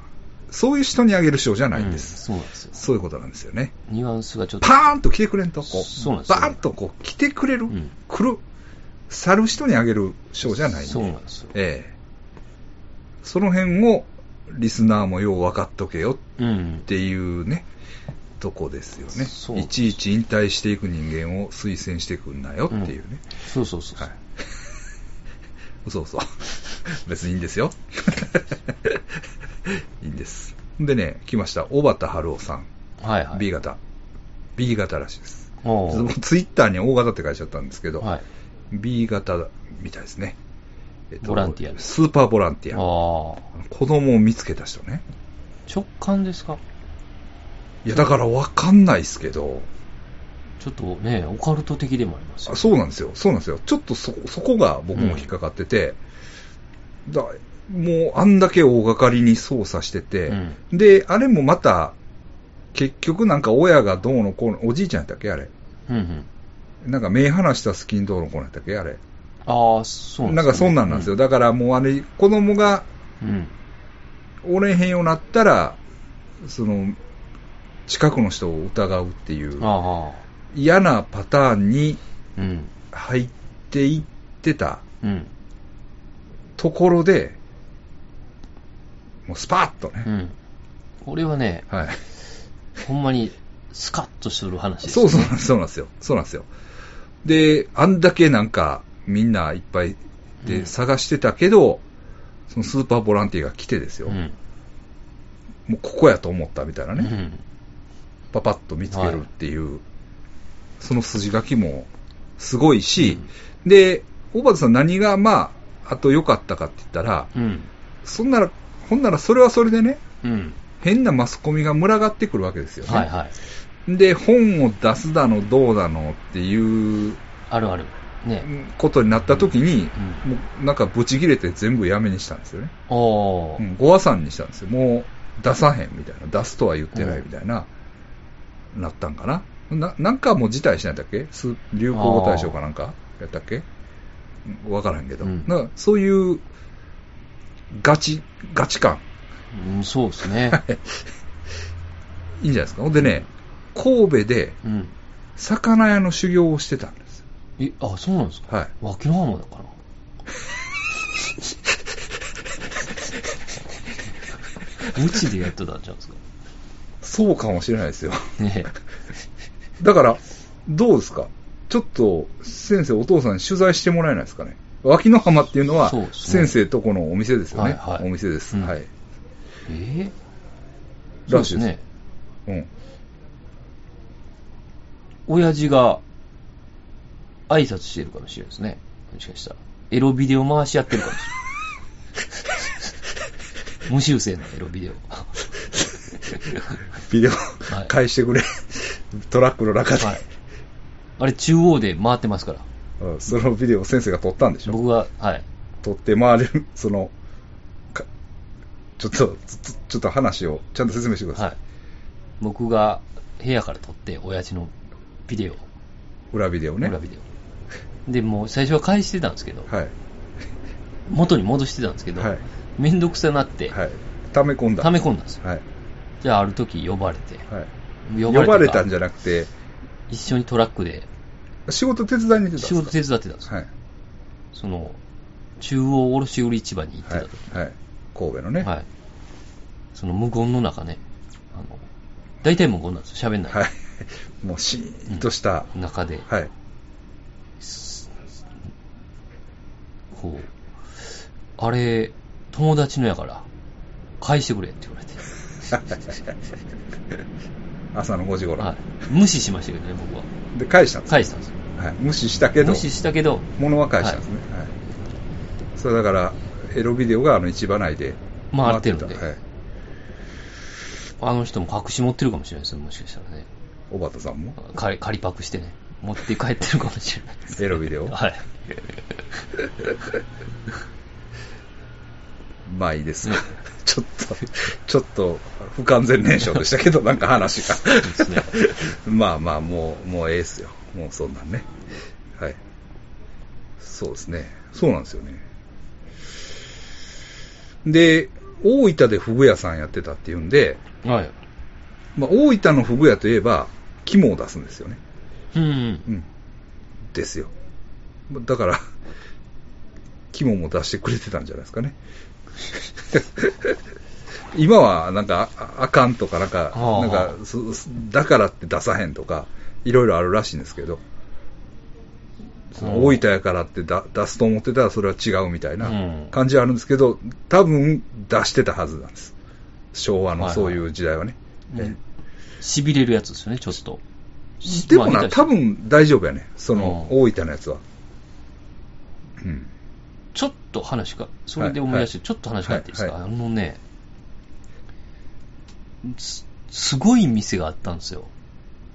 S1: そういう人にあげる賞じゃ
S2: は
S1: ないんです。
S2: うんそうなんですよ。
S1: そういうことなんですよね。
S2: ニュアンスがちょっと。
S1: パーンと来てくれんと、こう、
S2: そうなんですよ
S1: バーンとこう来てくれる、
S2: うん
S1: 来る、去る人にあげる賞じゃないんで。
S2: そうなんですよ
S1: ええその辺を、リスナーもよう分かっとけよ
S2: うん
S1: っ。ていうね、とこですよ
S2: そう
S1: ね。いちいち引退していく人間を推薦してくんなよっていうね。
S2: そうそうそうそう。
S1: はい。 そう そう。別にいいんですよ。 いいんです。でね、来ました。小畑春夫さん。
S2: はいはい。
S1: B 型。B 型らしいです。
S2: おー
S1: ツイッターに O 型って書いちゃったんですけど、
S2: はい。
S1: B 型みたいですね。えっ
S2: ボランティアです
S1: スーパーボランティ
S2: あ
S1: ア。
S2: あ。
S1: 子供を見つけた人ね。
S2: 直感ですか
S1: いや、だからわかんないですけど、
S2: ちょっとね、オカルト的でもありますよ
S1: あ。そうなんですよ、そうなんですよ、ちょっとそそこが僕も引っかかってて、だもうあんだけ大掛かりに操作してて、
S2: うん
S1: で、あれもまた、結局なんか親がどうのこうの、おじいちゃんやったっけ、あれ、
S2: うんうん。
S1: なんか目離したスキンどうのこうのやったっけ、あれ、
S2: ああ、そう
S1: なんかそんなんなんですよ、。だからもうあれ、子供が
S2: うん。
S1: おれへんようになったら、その、近くの人を疑うっていう、
S2: あ
S1: 嫌なパターンに
S2: あ。うん。
S1: 入っていってた。
S2: うん。
S1: ところで、もうスパッと
S2: う
S1: ね。
S2: ん。これはね、
S1: はい。
S2: ほんまにスカッとする話です、
S1: そうそうなんですそうなんですよ。そうなんですよ。で、あんだけなんか、みんないっぱい
S2: うん
S1: で探してたけど、そのスーパーボランティアが来てですよ。
S2: うん。
S1: もうここやと思ったみたいなね。
S2: うん。
S1: パパッと見つけるっていう、その筋書きもすごいし、で、小畑さん何がまあ、あと良かったかって言ったら、
S2: うん。
S1: そんなら、ほんならそれはそれでね、
S2: うん。
S1: 変なマスコミが群がってくるわけですよね。
S2: はいはい。
S1: で、本を出すだの、どうだのっていう
S2: あるある。ね。
S1: ことになった時に、
S2: うん
S1: もうなんかブチ切れて全部やめにしたんですよね。
S2: お
S1: う
S2: ー。
S1: ん、ご破産にしたんですよ。もう出さへんみたいな、出すとは言ってないみたいな、なったんかな。ななんかもう辞退しないんだっけす流行語大賞かなんかやったっけうんわからんけど、
S2: うん
S1: なんかそういうガチ、ガチ感、
S2: うん、そうですね。
S1: いいんじゃないですか。ほんでね、神戸で
S2: うん。
S1: 魚屋の修行をしてたんです。
S2: え、あ、そうなんですか
S1: はい。
S2: 脇の浜だ から。無知でやっとったんちゃうんですか
S1: そうかもしれないですよ。
S2: ね
S1: だから、どうですかちょっと、先生、お父さんに取材してもらえないですかね脇の浜っていうのは、
S2: そうですね
S1: 先生とこのお店ですよね。
S2: はいはい
S1: お店です。
S2: うん
S1: はい。
S2: え。えー、
S1: らしいです
S2: そうね。
S1: うん。
S2: 親父が挨拶してるかもしれないですね。もしかしたら。エロビデオ回しやってるかもし れない。無修正なエロビデオ。
S1: ビデオ、
S2: い
S1: 返してくれ。トラックの中で、
S2: はい。あれ中央で回ってますから。
S1: うんそのビデオを先生が撮ったんでしょ
S2: 僕が、はい。
S1: 撮って回れる、その、かちょっと、ちょちょっと話をちゃんと説明してください。
S2: はい。僕が部屋から撮って、親父のビデオ、
S1: 裏ビデオね。
S2: 裏ビデオ。で、もう最初は返してたんですけど、
S1: はい。
S2: 元に戻してたんですけど、
S1: はい
S2: めんどくさなって、
S1: はい。溜め込んだ。
S2: 溜め込んだんですよ。
S1: はい。
S2: じゃあ、ある時呼ばれて。
S1: はい。呼ばれたんじ
S2: ゃ
S1: ゃなくて、
S2: 一緒にトラックで
S1: 仕事手伝いに行って
S2: 仕
S1: たん
S2: 事
S1: ですか
S2: 手伝ってたんですよ。
S1: はい。
S2: その、中央卸売市場に行ってた
S1: は
S2: 時
S1: い。はい。神戸のね。
S2: はい。その無言の中ね、あの、大体無言なんですよ、喋んない。
S1: はい。もうシーンとした。
S2: 中で、
S1: はい。
S2: こう、あれ、友達のやから、返してくれって言われて。
S1: 朝の5時頃。
S2: はい。無視しましたけどね、僕は。
S1: で、返したんです
S2: 返したんですよ。
S1: はい。無視したけど
S2: 無、視したけど、
S1: 物は返したんですね。はい。それだから、エロビデオがあの市場内で
S2: 回ってるんで
S1: 回たはい。
S2: あの人も隠し持ってるかもしれないですよ、もしかしたらね。
S1: 小畑さんも
S2: 仮仮パクしてね、持って帰ってるかもしれないです。
S1: エロビデオ
S2: はい。
S1: まあいいですが、 ちょっと、ちょっと不完全燃焼でしたけ ど、なんか話が。
S2: ですね
S1: まあまあ、もう、もうええっすよ。もうそんなんね。はい。そうですね。そうなんですよね。で、大分でフグ屋さんやってたっていうんで、
S2: はい。
S1: まあ、大分のフグ屋といえば、肝を出すんですよね。
S2: うん、
S1: うん。ですよ。だから、肝も出してくれてたんじゃないですかね。 今は、なんか、ああかんとか、なんか、
S2: ああ
S1: なんか、そそだからって出さへんとか、いろいろあるらしいんですけど、その大分やからってだ出すと思ってたらそれは違うみたい
S2: うん
S1: な感じはあるんですけど、多分出してたはずなんです。昭和のそういう時代はね。
S2: はいはい
S1: ええ
S2: しびれるやつですよね、ちょっと。し
S1: でも
S2: まあ
S1: な、多。分大丈夫やね。その、
S2: うん
S1: 大分のやつは。うん。
S2: ちょっと話か、それで思い出して、
S1: はい
S2: ちょっと話変えていいですか、
S1: はいは
S2: あのね、す、すごい店があったんですよ。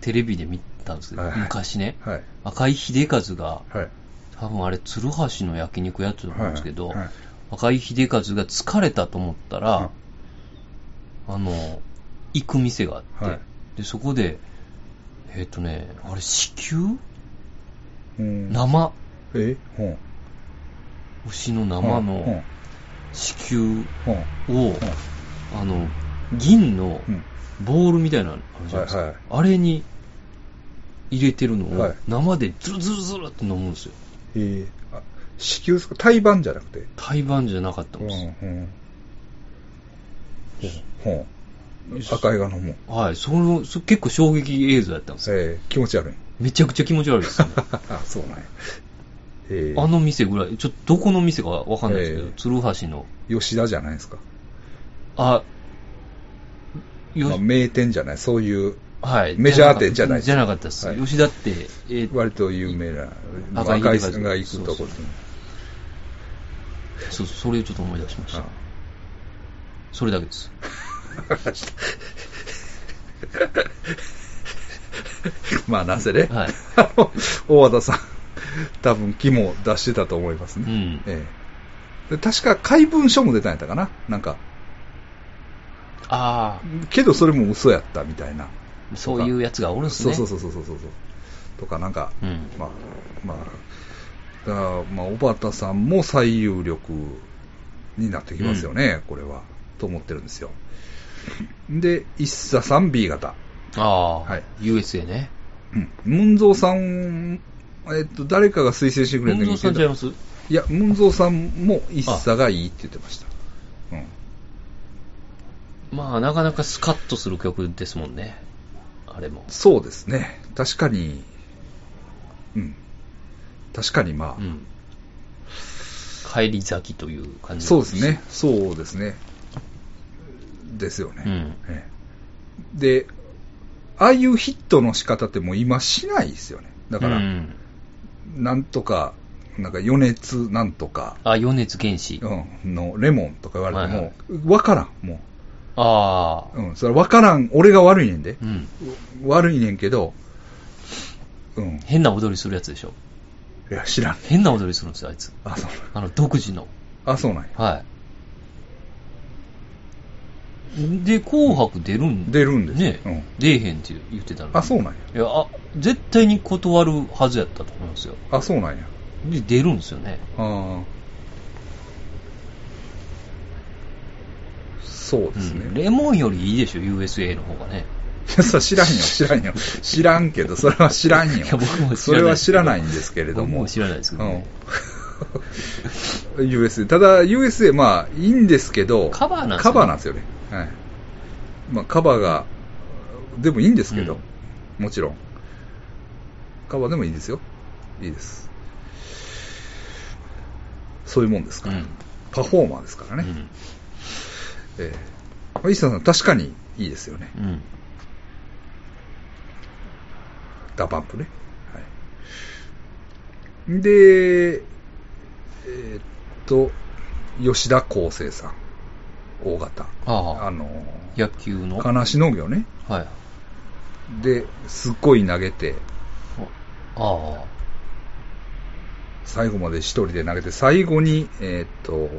S2: テレビで見たんですけど、
S1: はいはい
S2: 昔ね、
S1: はい。
S2: 赤井秀和が、
S1: はい。
S2: 多分あれ、鶴橋の焼肉やつだと思うんですけど、
S1: はいはい
S2: 赤井秀和が疲れたと思ったら、あの、行く店があって、
S1: はい
S2: で、そこで、えっ、とね、あれ、子宮
S1: うん
S2: 生、
S1: えうん。
S2: 牛の生
S1: うん
S2: の子宮
S1: うん。
S2: を、あの、銀の
S1: うん。
S2: ボールみたいなのあるじゃないですか。
S1: はいはい
S2: あれに入れてるの
S1: は
S2: を
S1: い
S2: 生でズルズルズルって飲むんですよ。
S1: えーあ子宮ですか胎盤じゃなくて。
S2: 胎盤じゃなかったんです。
S1: うんうん。うん。赤いが飲もう。
S2: はい、その、そ結構衝撃映像だったんですよ。
S1: えー気持ち 悪い。
S2: めちゃくちゃ気持ち悪いですよ、
S1: あ、そうなんや。 えー
S2: あの店ぐらい、ちょっとどこの店かわかんないですけど、
S1: ええ
S2: 鶴橋の、
S1: 吉田じゃないですか。
S2: あ、よ
S1: まあ、名店じゃない。そういう、
S2: はい。
S1: メジャー店じゃない
S2: じゃなかったです。
S1: はい
S2: 吉田って、えー
S1: 割と有名な、
S2: 赤い
S1: 赤いが行
S2: そ
S1: く
S2: うそう
S1: ところ。
S2: そうそう、それをちょっと思い出しました。それだけです。
S1: まあ、なぜね。
S2: はい
S1: あの大和田さん、多分、肝を出してたと思いますね。
S2: うん
S1: ええで確か、怪文書も出たんやったかななんか。
S2: あ
S1: けど、それも嘘やったみたいな。
S2: あ、そういうやつがおるんす
S1: そう
S2: ね。
S1: そうそううそうそうそう。とか、なんか、
S2: うん
S1: まあ、まあ、だからまあ、小畑さんも最有力になってきますよね、これは。と思ってるんですよ。で、一茶さん B 型。
S2: ああ、
S1: はい
S2: USA ね。
S1: うん。文蔵さん、えっと、誰かが推薦してくれた
S2: 文
S1: 時に
S2: 蔵さんちゃいます
S1: いや、文蔵さんも一茶がいいって言ってました。うん。
S2: まあ、なかなかスカッとする曲ですもんね。あれも。
S1: そうですね。確かに、うん。確かにまあ、
S2: うん。帰り咲きという感じ
S1: そうですね。。そうですね。ですよね。
S2: うん
S1: ええで、ああいうヒットの仕方ってもう今しないですよね。だから、
S2: うん、
S1: なんとか、なんか余熱なんとか、
S2: あ、米津玄師。
S1: うん、のレモンとか言われても、
S2: はい
S1: わからん、も
S2: あ
S1: う。
S2: あ、
S1: うん、それわからん、俺が悪いねんで。
S2: うん。
S1: 悪いねんけど、うん。
S2: 変な踊りするやつでしょ。
S1: いや、知らん。
S2: 変な踊りするんですよ、あいつ。
S1: あ、そう
S2: あの、独自の。
S1: なん。あ、そうなんや。
S2: はい。で、紅白出るん
S1: 出るんですよ
S2: ね、
S1: うん
S2: 出えへんって言ってたのに。
S1: あ、そうなんや。
S2: いや、あ、絶対に断るはずやったと思うんですよ。
S1: あ、そうなんや。
S2: で、出るんですよね。
S1: ああ。そうですね。
S2: うん
S1: い
S2: レモンよりいいでしょ、USA の方がね。
S1: や、それ知らんよ、知らんよ。知らんけど、それは知らんよ。
S2: いや僕も知らない
S1: それは知らないんですけれど
S2: 僕
S1: も。
S2: も知らないですけどね
S1: うん USA。ただ、USA、まあ、いいんですけど、
S2: カバーなんですよね
S1: カバーなんですよね。はい。まあ、カバーが、でもいいんですけど、もちろん。カバーでもいいですよ。いいです。そういうもんですから。
S2: うん
S1: パフォーマーですからね。
S2: うん
S1: ええまあ石田さん、確かにいいですよね。
S2: うん。
S1: ダパンプね。はい。で、えーっと、吉田康生さん。大型。
S2: ああ
S1: のー、
S2: 野球の。
S1: 金足農業ね。
S2: はい。
S1: で、すっごい投げて、
S2: ああ。
S1: 最後まで一人で投げて、最後に、えーっと、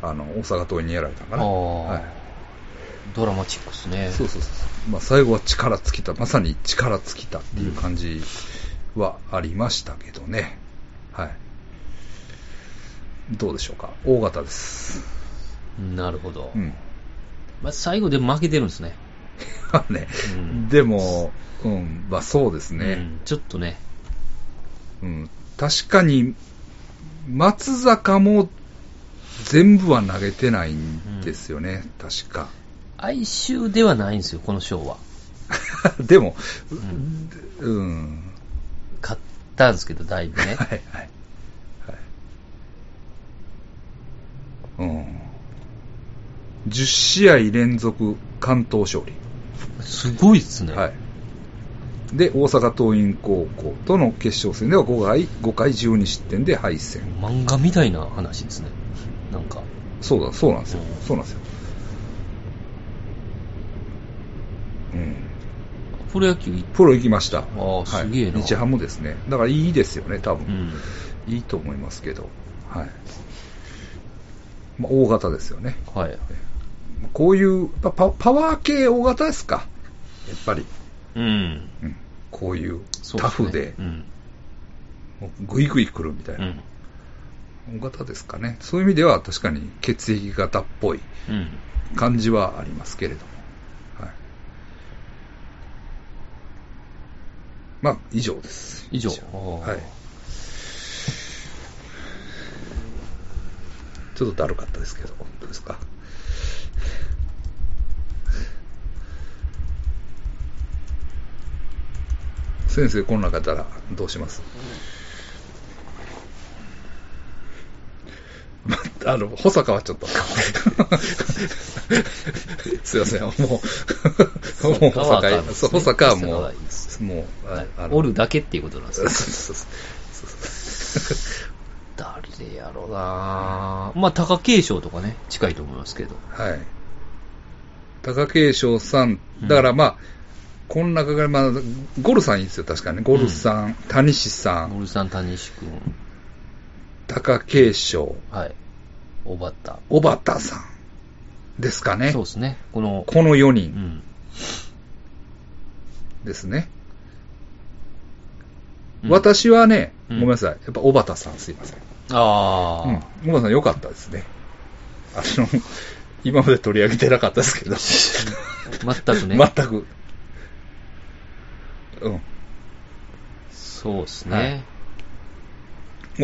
S1: あの、大阪桐蔭にやられたんか
S2: あ
S1: な。
S2: あ、
S1: はい。
S2: ドラマチックですね。
S1: そうそうそう。まあ、最後は力尽きた。まさに力尽きたっていう感じはありましたけどね。はい。どうでしょうか。大型です。
S2: なるほど。
S1: うん。
S2: まあ、最後で負けてるんですね。
S1: ね、
S2: うん
S1: でも、うん、まあそうですね。
S2: うんちょっとね。
S1: うん。確かに、松坂も全部は投げてないんですよね。確か。
S2: 哀愁ではないんですよ、この賞は。
S1: でも、
S2: うん
S1: うん。
S2: 勝ったんですけど、だいぶ
S1: は
S2: ね。
S1: いはい。はい。うん。10試合連続関東勝
S2: すごいっす
S1: 利。
S2: ね。
S1: はい。で、大阪桐蔭高校との決勝戦では5回、5回12失点で敗戦。
S2: 漫画みたいな話ですね。なんか。
S1: そうだ、そうなんですよ
S2: う。ん
S1: そうなんですよ。うん。
S2: プロ野球い
S1: プロ行きました。
S2: ああすげえな
S1: はい、日ハムですね。だからいいですよね、多分。
S2: うん。
S1: いいと思いますけど。はい。まあ、大型ですよね。
S2: はい。
S1: こういう、パパパワー系大型ですか。やっぱり。
S2: うん。
S1: うん、こういう
S2: そうすね
S1: タフで
S2: う、ん。
S1: もうグイグイ来るみたいうな、
S2: ん。
S1: 大型ですかね。そういう意味では確かに血液型っぽい
S2: うん。
S1: 感じはありますけれども。はい。まあ、以上です。
S2: 以上あー
S1: はい。ちょっとだるかったですけど、どうですか。先生、こんな方らどうします、まあの、補佐変わっちゃった。 すいません、もう、もう補佐
S2: か
S1: 変
S2: は
S1: え、そう補佐かは
S2: 補佐
S1: も
S2: かはいいです
S1: う、もう、
S2: は
S1: あ
S2: い
S1: あの
S2: おるだけっていうことなんです
S1: そう
S2: ね
S1: そうそうそう。
S2: 誰やろうなまあ、貴景勝とかね、近いと思いますけど。
S1: はい。貴景勝さん、だからまあ、この中から、まあ、ゴルさんいいですよ、確かにね。ゴルさん、谷志さん、
S2: 森さん、谷志くん、
S1: 貴景勝、
S2: はい。おばた。
S1: 小畑さんですかね。
S2: そうですね。この、
S1: この4
S2: う
S1: 人
S2: ん。
S1: ですね。
S2: うん
S1: 私はね、
S2: うん
S1: ごめんなさい。やっぱ小畑さんすいません。
S2: ああ、
S1: うん。小畑さん良かったですね。あの、今まで取り上げてなかったです けど。
S2: 全くね。
S1: 全く。うん。
S2: そうですね、
S1: はい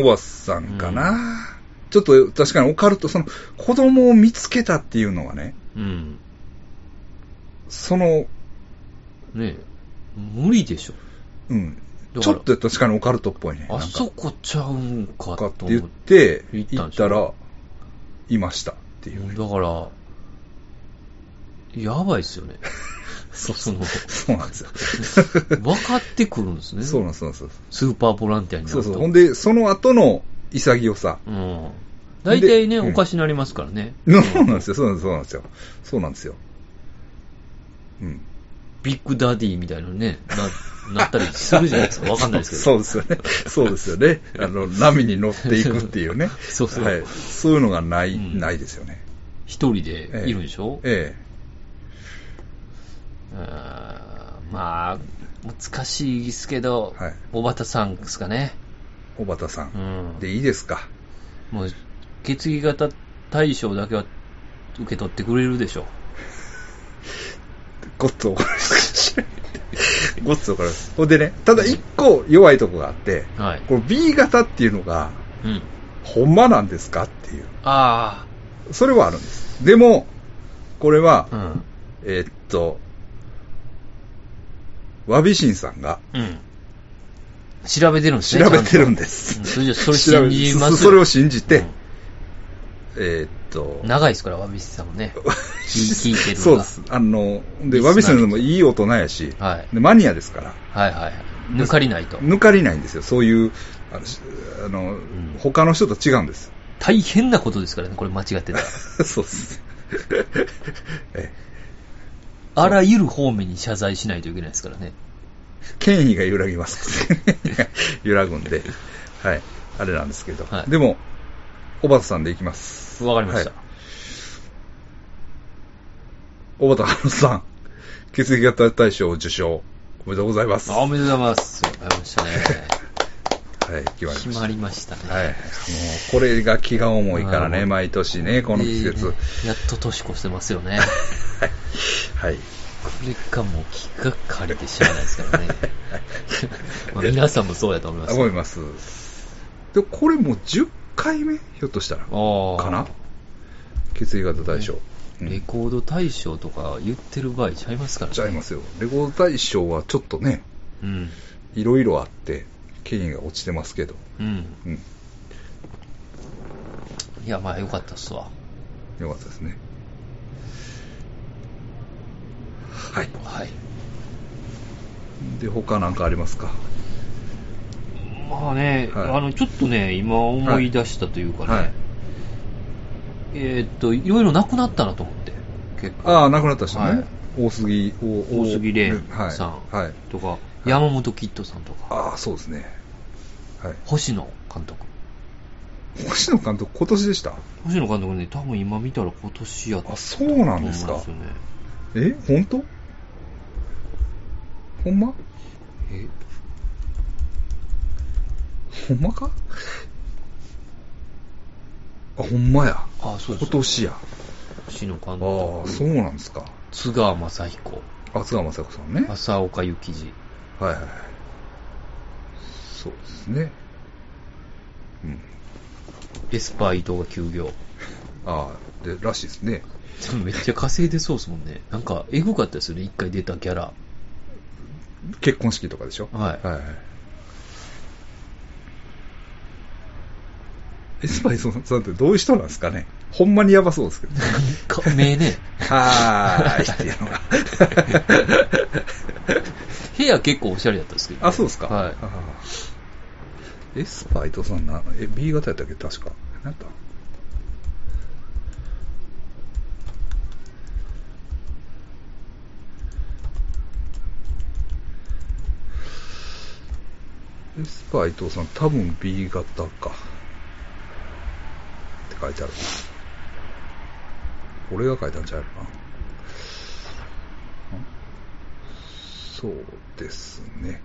S1: おばさんかな、ちょっと確かにオカルト、その子供を見つけたっていうのはね、
S2: うん。
S1: その、
S2: ねえ無理でしょ。
S1: うん
S2: だから、
S1: ちょっと確かにオカルトっぽいね。
S2: あ
S1: なんか
S2: そこちゃうんか
S1: かっ
S2: と
S1: て
S2: 思
S1: 言
S2: っ。
S1: ってて、
S2: 行った
S1: 行
S2: ん
S1: っ
S2: でしょ
S1: たら、いましたっていう、ね。
S2: だから、やばいっすよね。
S1: そう
S2: その、
S1: そうなんです よ。
S2: 分かってくるんですね。
S1: そうなんです、そうなんです。
S2: スーパーボランティアにな
S1: そ
S2: る
S1: う
S2: と。
S1: そう。ほんで、その後の潔さ。
S2: うん。大体ね、
S1: でうん
S2: おかしになりますからね。
S1: そうなんですよ、そうなんですそうなんですよ。そうなんですよ。うん。
S2: ビッグダディみたいなのね、な、なったりするじゃないですか。わかんないですけど。
S1: そうそうですよね。そうですよね。あの、波に乗っていくっていうね。
S2: そうそう
S1: はい。そういうのがない、
S2: うん
S1: ないですよね。
S2: 一人でいるんでしょ、
S1: え
S2: うーんまあ、難しいですけど、
S1: はい
S2: 小畑さんですかね。
S1: え。小畑さ。
S2: うんん。
S1: で、いいですか。
S2: もう、決議型対象だけは受け取ってくれるでしょ
S1: ごっつ怒られる。ごっつ怒られる。ほんでね、ただ一個弱いとこがあって、
S2: う。はい。
S1: この B 型っていうのが、
S2: うん。
S1: ほんまなんですかっていう。
S2: あ
S1: それはあるんです。でも、これは
S2: あ。、うん。
S1: えーっと、わびしんさんが
S2: うん。調べてるんです
S1: 調
S2: ね。
S1: べてるんで
S2: ちゃん
S1: す。
S2: とうんそれじゃ、それ信じま
S1: 調べ
S2: すよ
S1: そ それを信じて、えーっ
S2: う
S1: と
S2: ん、長いですから、わびしさんもね。 聞いてるのが
S1: そうです。あの、で、
S2: リスナー
S1: わびしんさんもいい大人やし、
S2: はい。
S1: でマニアですから、
S2: はいはいはい。抜かりないと。
S1: 抜かりないんですよ。そういう、あのしあの、
S2: ん
S1: 他の人と違うん です。
S2: 大変なことですからね、これ間違ってたら。
S1: そうです。 え
S2: あらゆる方面に謝罪しないといけないですからね。
S1: 権威が揺らぎます。 揺らぐんで。はい。あれなんですけど。
S2: はい
S1: でも、小畑さんでいきます。
S2: わかりました
S1: はい。小畑春さん、血液型大賞受賞。おめでとうございます。
S2: あお
S1: はい。
S2: めでとうございます。わかりましたね。
S1: 決まりま
S2: 決
S1: した。
S2: まりましたね。
S1: はい。もう、これが気が重いから
S2: あ
S1: ね、
S2: ー
S1: 毎年ね、この季節。
S2: いいねやっと年越してますよね。
S1: はい。
S2: これがもう気がかりてしゃあないで すからね。まあ皆さんもそうやと思います。
S1: 思います。で、これもう10回目ひょっとしたら。
S2: ああ。
S1: かな血液型大賞。うん
S2: レコード大賞とか言ってる場合ちゃいますからね。
S1: ちゃいますよ。レコード大賞はちょっとね、
S2: うん。
S1: いろいろあって、権威が落ちてますけど。
S2: うん。
S1: うん。
S2: いや、まあよかったっすわ。
S1: よかったですね。はい。
S2: はい。
S1: で、他なんかありますか
S2: まあね、
S1: はい
S2: あの、ちょっとね、今思い出したというかね、
S1: はいはい
S2: えーっと、いろいろなくなったなと思って、結構。
S1: ああ、亡くなった人ね。
S2: はい
S1: 大杉、大
S2: 大杉蓮さん
S1: はい。はい、
S2: とか、山本キッドさんとか、
S1: ああ、そうですね。はい。
S2: 星野監督。
S1: 星野監督、今年でした
S2: 星野監督ね、多分今見たら今年やった
S1: あ、
S2: と
S1: そうな
S2: 思うんんで
S1: ですす
S2: よ
S1: か
S2: ね。。
S1: え本当ほんま
S2: え
S1: ほんまかあ、ほんまや。
S2: あ、そうです。
S1: 今年や。
S2: 星野監
S1: ああ、
S2: 督。
S1: そうなんですか。
S2: 津川雅彦、
S1: 厚川雅子さんね。はい
S2: 浅岡幸二、
S1: はいはい。そうですね。うん。
S2: エスパー伊藤が休業。
S1: ああ、で、らしいですね。
S2: でもめっちゃ稼いでそうですもんね。なんか、エグかったですよね、一回出たキャラ。
S1: 結婚式とかでしょ
S2: はい
S1: はいはい。エスパイソンさんってどういう人なんですかねほんまにやばそうです けど。
S2: か目ね。
S1: はーいっていうのが。
S2: 部屋結構おしゃれだったんですけど、
S1: あ、そうですか。
S2: はい。
S1: あーエスパイとさんな、え、B 型やったっけ確か。なんだエスパイとさん、多分 B 型か。って書いてある。俺が書いたんちゃうかな。そうですね。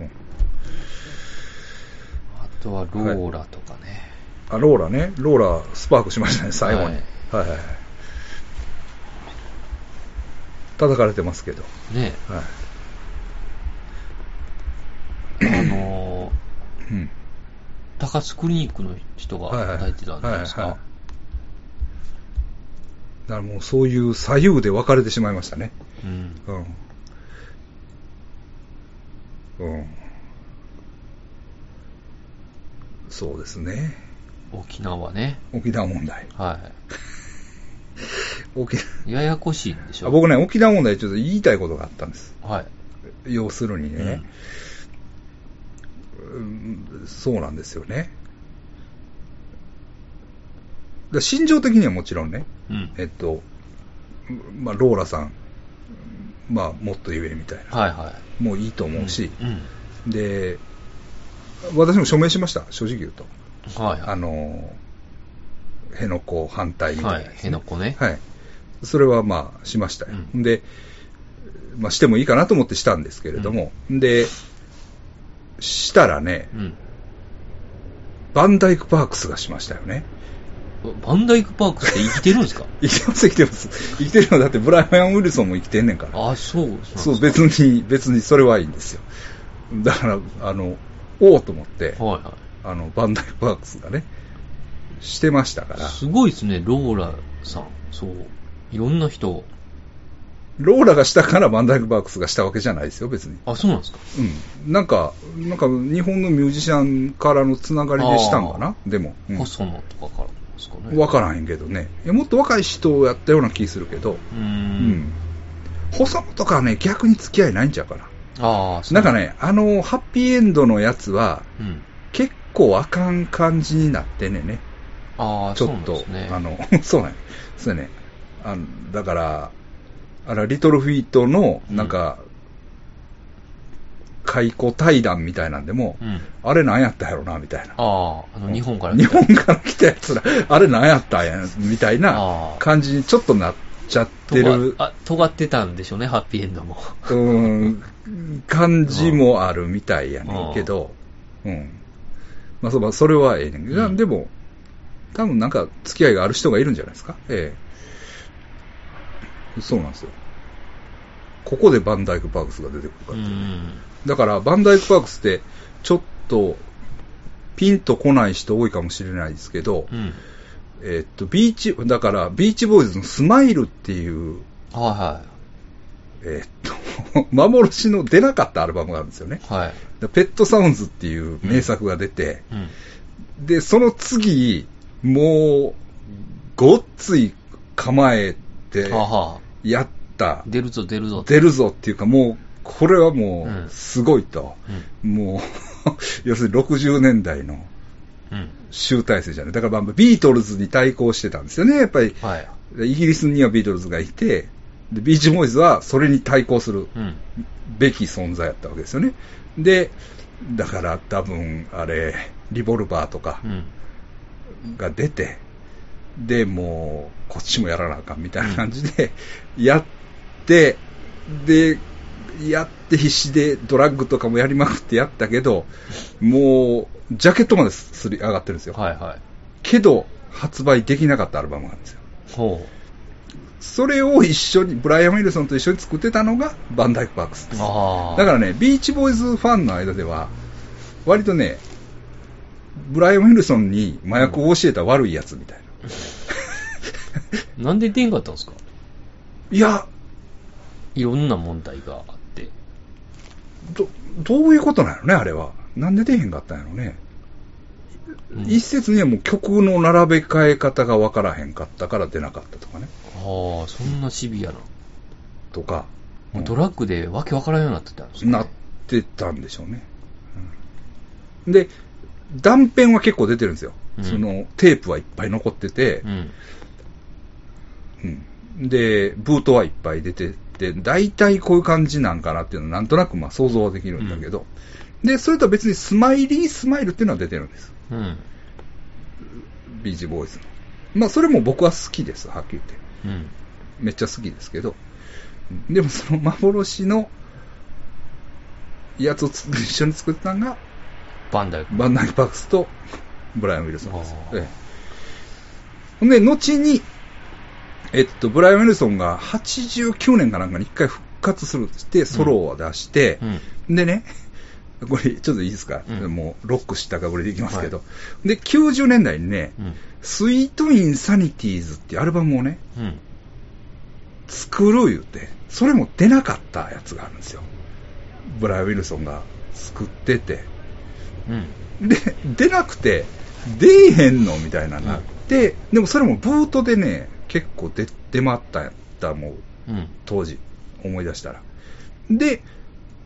S1: うん
S2: あとはローラとかね。
S1: あ、ローラね。ローラ、スパークしましたね、最後に。
S2: はい
S1: はいはいはい。叩かれてますけど。
S2: ね、
S1: はい。
S2: あのー、
S1: うん。
S2: 高須クリニックの人が
S1: はいはい
S2: 働いてたんじゃないです
S1: はいは
S2: か
S1: い。だからもうそういう左右で分かれてしまいましたね。
S2: うん。
S1: うん。うん。そうですね。
S2: 沖縄ね。
S1: 沖縄問題。
S2: は
S1: 沖
S2: い。ややこしいんでしょ。
S1: あ僕ね、沖縄問題ちょっと言いたいことがあったんです。
S2: はい。
S1: 要するにね、うんそうなんですよね。だ心情的にはもちろんね、
S2: うん。
S1: えっと、うんまあ、ローラさん、まあ、もっと言えみたいな、
S2: はいは
S1: もういいと
S2: い。
S1: 思うし、
S2: うん。うん
S1: で、私も署名しました、正直言うと。
S2: はいはい。
S1: あの、辺野古反対みた
S2: はいい
S1: な、、
S2: 辺野古ね。
S1: はい。それはまあ、しましたよ。
S2: うん
S1: で、まあ、してもいいかなと思ってしたんですけれども、で、したらね、
S2: うん。
S1: バンダイクパークスがしましたよね。
S2: バンダイクパークって生きてるんで すか
S1: 生きてます、生きてます。生きてるのはだってブライアン・ウィルソンも生きてんねんから。
S2: あ、そう。
S1: そう、別に、別にそれはいいんですよ。だから、あの、おおと思って、
S2: はいは
S1: あの、バンダイパークスがね、してましたから
S2: い。、すごいですね、ローラさん。そう。いろんな人。
S1: ローラがしたからバンダイパークスがしたわけじゃないですよ、別に。
S2: あ、そうなんですか。
S1: うん。なんか、なんか、日本のミュージシャンからのつながりでしたんかなでも。うん
S2: 細野とかからですかね。
S1: わからへんけどね。いやもっと若い人をやったような気するけど、
S2: うー
S1: うん
S2: ん。。
S1: 細野とかはね、逆に付き合いないんちゃうかな。
S2: ああ、そう
S1: なんか。ね、あの、ハッピーエンドのやつは、
S2: うん。
S1: 結構あかん感じになってんねんね。
S2: ああ、
S1: ち
S2: そう
S1: ょ
S2: な
S1: っ
S2: ん
S1: と、
S2: ですね。
S1: あの、 そうなんやそうやね。あの、だから、あら、リトルフィートの、なんか、解雇対談みたいなんでも、
S2: うん。
S1: あれなんやったんやろな、みたいな。
S2: ああ、あの、日本から
S1: 日
S2: 来た
S1: 本から来たやつら、あれなんやったんや、みたいな
S2: あー
S1: 感じにちょっとなっちゃって
S2: と
S1: る
S2: が、あ、尖ってたんでしょうね、ハッピーエンド も。
S1: うーん、感じもあるみたいやねんけど、うん。まあ、そうまあそれはええねんけど、
S2: うん
S1: でも、多分なんか付き合いがある人がいるんじゃないですか。ええ。そうなんですよ。ここでバンダイク・パークスが出てくるか
S2: う
S1: ら、
S2: ん。
S1: だから、バンダイク・パークスって、ちょっと、ピンとこない人多いかもしれないですけど、
S2: うん。
S1: えっと、ビーチ、だから、ビーチボーイズのスマイルっていう、
S2: は
S1: えっと、 幻の出なかったアルバムがあるんですよね
S2: い。はい。はい。
S1: でペットサウンズっていう名作が出て、
S2: うん。
S1: で、その次、もう、ごっつい構えて、
S2: はあは
S1: やった
S2: あ、、出るぞ出るぞって。
S1: 出るぞっていうか、もう、これはも
S2: うん
S1: う、すごいと。もう、要 するに60年代の
S2: うん。うん。
S1: 集大成じゃない。だから、まあビートルズに対抗してたんですよね、やっぱり。
S2: はい。
S1: イギリスにはビートルズがいて、でビーチボーイズはそれに対抗する
S2: うん。
S1: べき存在だったわけですよね。で、だから多分、あれ、リボルバーとか
S2: うん。
S1: が出て、で、もう、こっちもやらなあかんみたいな感じで、やって、で、やって必死でドラッグとかもやりまくってやったけど、もう、ジャケットまですり上がってるんですよ。
S2: はいはい。
S1: けど、発売できなかったアルバムがあるんですよ。
S2: ほ
S1: それを一緒に、ブライアン・ウィルソンと一緒に作ってたのが、バンダイク・パークスで
S2: う。
S1: す。
S2: ああ。
S1: だからね、ビーチボーイズファンの間では、割とね、ブライアン・ウィルソンに麻薬を教えた悪いやつみた いな。
S2: なんで出んかったんですか
S1: いや、
S2: いろんな問題があって。
S1: ど、どういうことなのね、あれは。なんで出へんかったんやろね。
S2: うん
S1: 一説にはもう曲の並べ替え方がわからへんかったから出なかったとかね。
S2: ああ、そんなシビアな。
S1: とか。
S2: もうドラッグでわけわからんようになってたんですかね
S1: なってたんでしょうね。うんで、断片は結構出てるんですよ。
S2: うん
S1: そのテープはいっぱい残ってて
S2: う、ん。
S1: うんで、ブートはいっぱい出てて、大体こういう感じなんかなっていうのはなんとなくまあ想像はできるんだけど、で、それとは別にスマイリースマイルっていうのは出てるんです。
S2: うん。
S1: ビーチボーイズの。まあそれも僕は好きです、はっきり言って。
S2: うん。
S1: めっちゃ好きですけど、でもその幻のやつをつ一緒に作ったのが、
S2: バンダイク。
S1: バンナイパークスとブライアン・ウィルソンです
S2: あ。ー
S1: ええほんで、後に、えっと、ブライアン・ウィルソンが89年かなんかに一回復活するってして、ソロを出して、
S2: うん。
S1: でね、これちょっといいですか、
S2: うん
S1: もうロックしたかぶりでいきますけど、で、90年代にね、
S2: うん。
S1: スイート・イン・サニティーズっていうアルバムをね、
S2: うん。
S1: 作る言うて、それも出なかったやつがあるんですよ。ブライアン・ウィルソンが作ってて。
S2: うん。
S1: で、出なくて、出えへんのみたいなのになって、でもそれもブートでね、結構出、出回ったやった、もう、
S2: うん。
S1: 当時、思い出したら。で、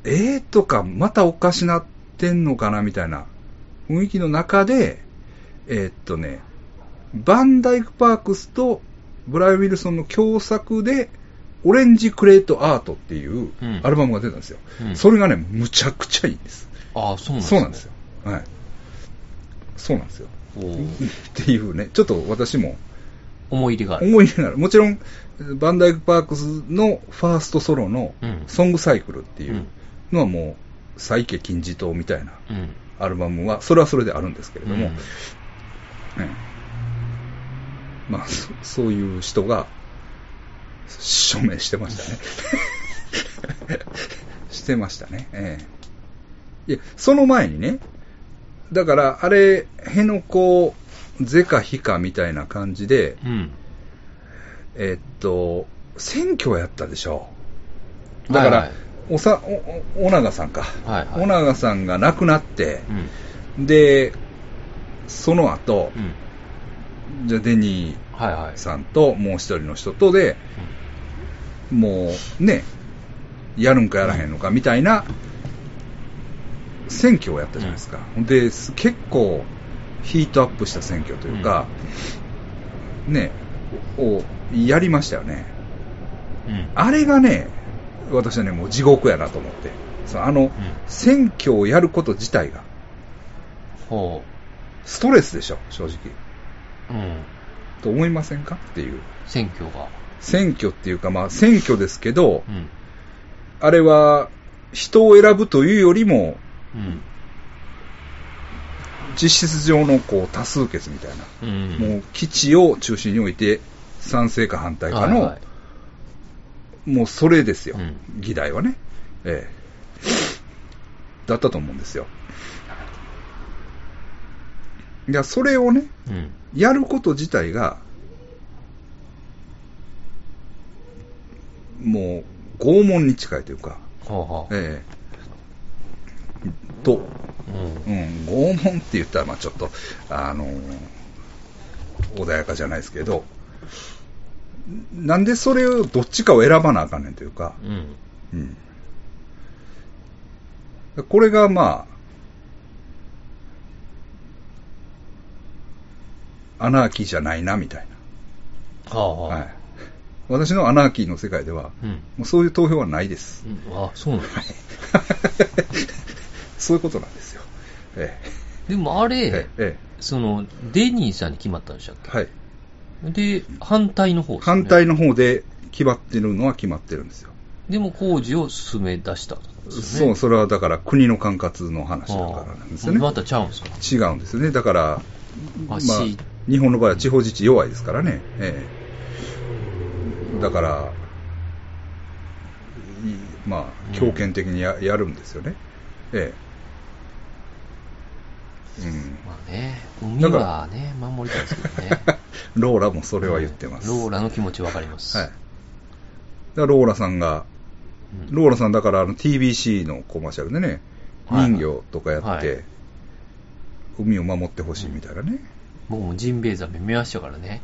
S1: えーとか、またおかしなってんのかな、みたいな雰囲気の中で、えーっとね、バンダイク・パークスとブライアン・ウィルソンの共作で、オレンジ・クレート・アートっていう
S2: うん
S1: アルバムが出たんですよ。
S2: うん
S1: それがね、むちゃくちゃいいんです。
S2: ああ、そうなんですね
S1: そうなんですよ。。はい。そうなんですよ。
S2: おー
S1: っていうね、ちょっと私も
S2: 思い入れがある。
S1: 思いながら、もちろん、バンダイク・パークスのファーストソロの
S2: うん
S1: ソングサイクルっていううんのはもう、再起金字塔みたいな
S2: うん。
S1: アルバムは、それはそれであるんですけれども、
S2: うん
S1: ねまあ、そそういう人が、署名してま したね。してましたね。ええ。いや、その前にね、だから、あれ、辺野古、是か非かみたいな感じで、
S2: うん。
S1: えっと、選挙やったでしょ。だから、
S2: はいはい
S1: おさ、お、お尾長さんか。
S2: はいはい
S1: 尾長さんが亡くなって、
S2: うん。
S1: で、その後
S2: う、ん。
S1: じゃあデニ
S2: はいはい
S1: ー。さんともう一人の人とで、もうね、やるんかやらへんのかみたいな選挙をやったじゃないですか。です結構ヒートアップした選挙というか、ね、をやりましたよね。
S2: うん。うん。
S1: あれがね、私はね、もう地獄やなと思って。そのあの、選挙をやること自体が、
S2: ほ
S1: ストレスでしょ、正直。
S2: う。うん。
S1: と思いませんかっていう。
S2: 選挙が。
S1: 選挙っていうか、まあ選挙ですけど、
S2: うん。
S1: あれは人を選ぶというよりも、
S2: うん。
S1: 実質上のこう多数決みたいな、
S2: うん。
S1: もう基地を中心に置いて、賛成か反対かの、
S2: はいはい
S1: もうそれですよ、
S2: うん
S1: 議題はね、ええ、だったと思うんですよ。いや、それをね、
S2: うん。
S1: やること自体が、もう拷問に近いというか、
S2: ほうほう。
S1: ええ、と
S2: うん。
S1: うん、拷問って言ったら、まあちょっと、あのー穏やかじゃないですけど、なんでそれをどっちかを選ばなあかんねんというか、
S2: うん。
S1: うん。これが、まあ、アナーキーじゃないな、みたい
S2: はあ
S1: な。
S2: はあ。
S1: はい。私のアナーキーの世界では、
S2: うん。
S1: もうそういう投票はないです。
S2: うんあ、そうなんだ。
S1: そういうことなんですよ。え
S2: でもあ
S1: え。
S2: れ、
S1: え
S2: その、デニーさんに決まったんでしたっ
S1: え。はい。
S2: けで、反対の方ですよね
S1: 反対の方で決まってるのは決まってるんですよ。
S2: でも工事を進め出したんですよ
S1: そう、
S2: ね。
S1: それはだから国の管轄の話だからなんですよね
S2: はあ。またちゃうんですか
S1: 違うんですよね。だから、まあ
S2: あし、
S1: 日本の場合は地方自治弱いですからね。ええ、だから、いま
S2: う
S1: あ、
S2: ん
S1: 強権的にややるんですよね。ええ。
S2: まあね、海はね、守りたいですけどね。
S1: うん。 ローラもそれは言ってます。
S2: ロー
S1: ラ。
S2: ラの気持ちわかります。
S1: はい。だからローラさんが、
S2: うん
S1: ローラさん、だからあの TBC のコマーシャルでね、
S2: はい
S1: 人魚とかやって、
S2: はい
S1: 海を守ってほしいみたいなね、
S2: 僕もジンベエザメ見ましたからね。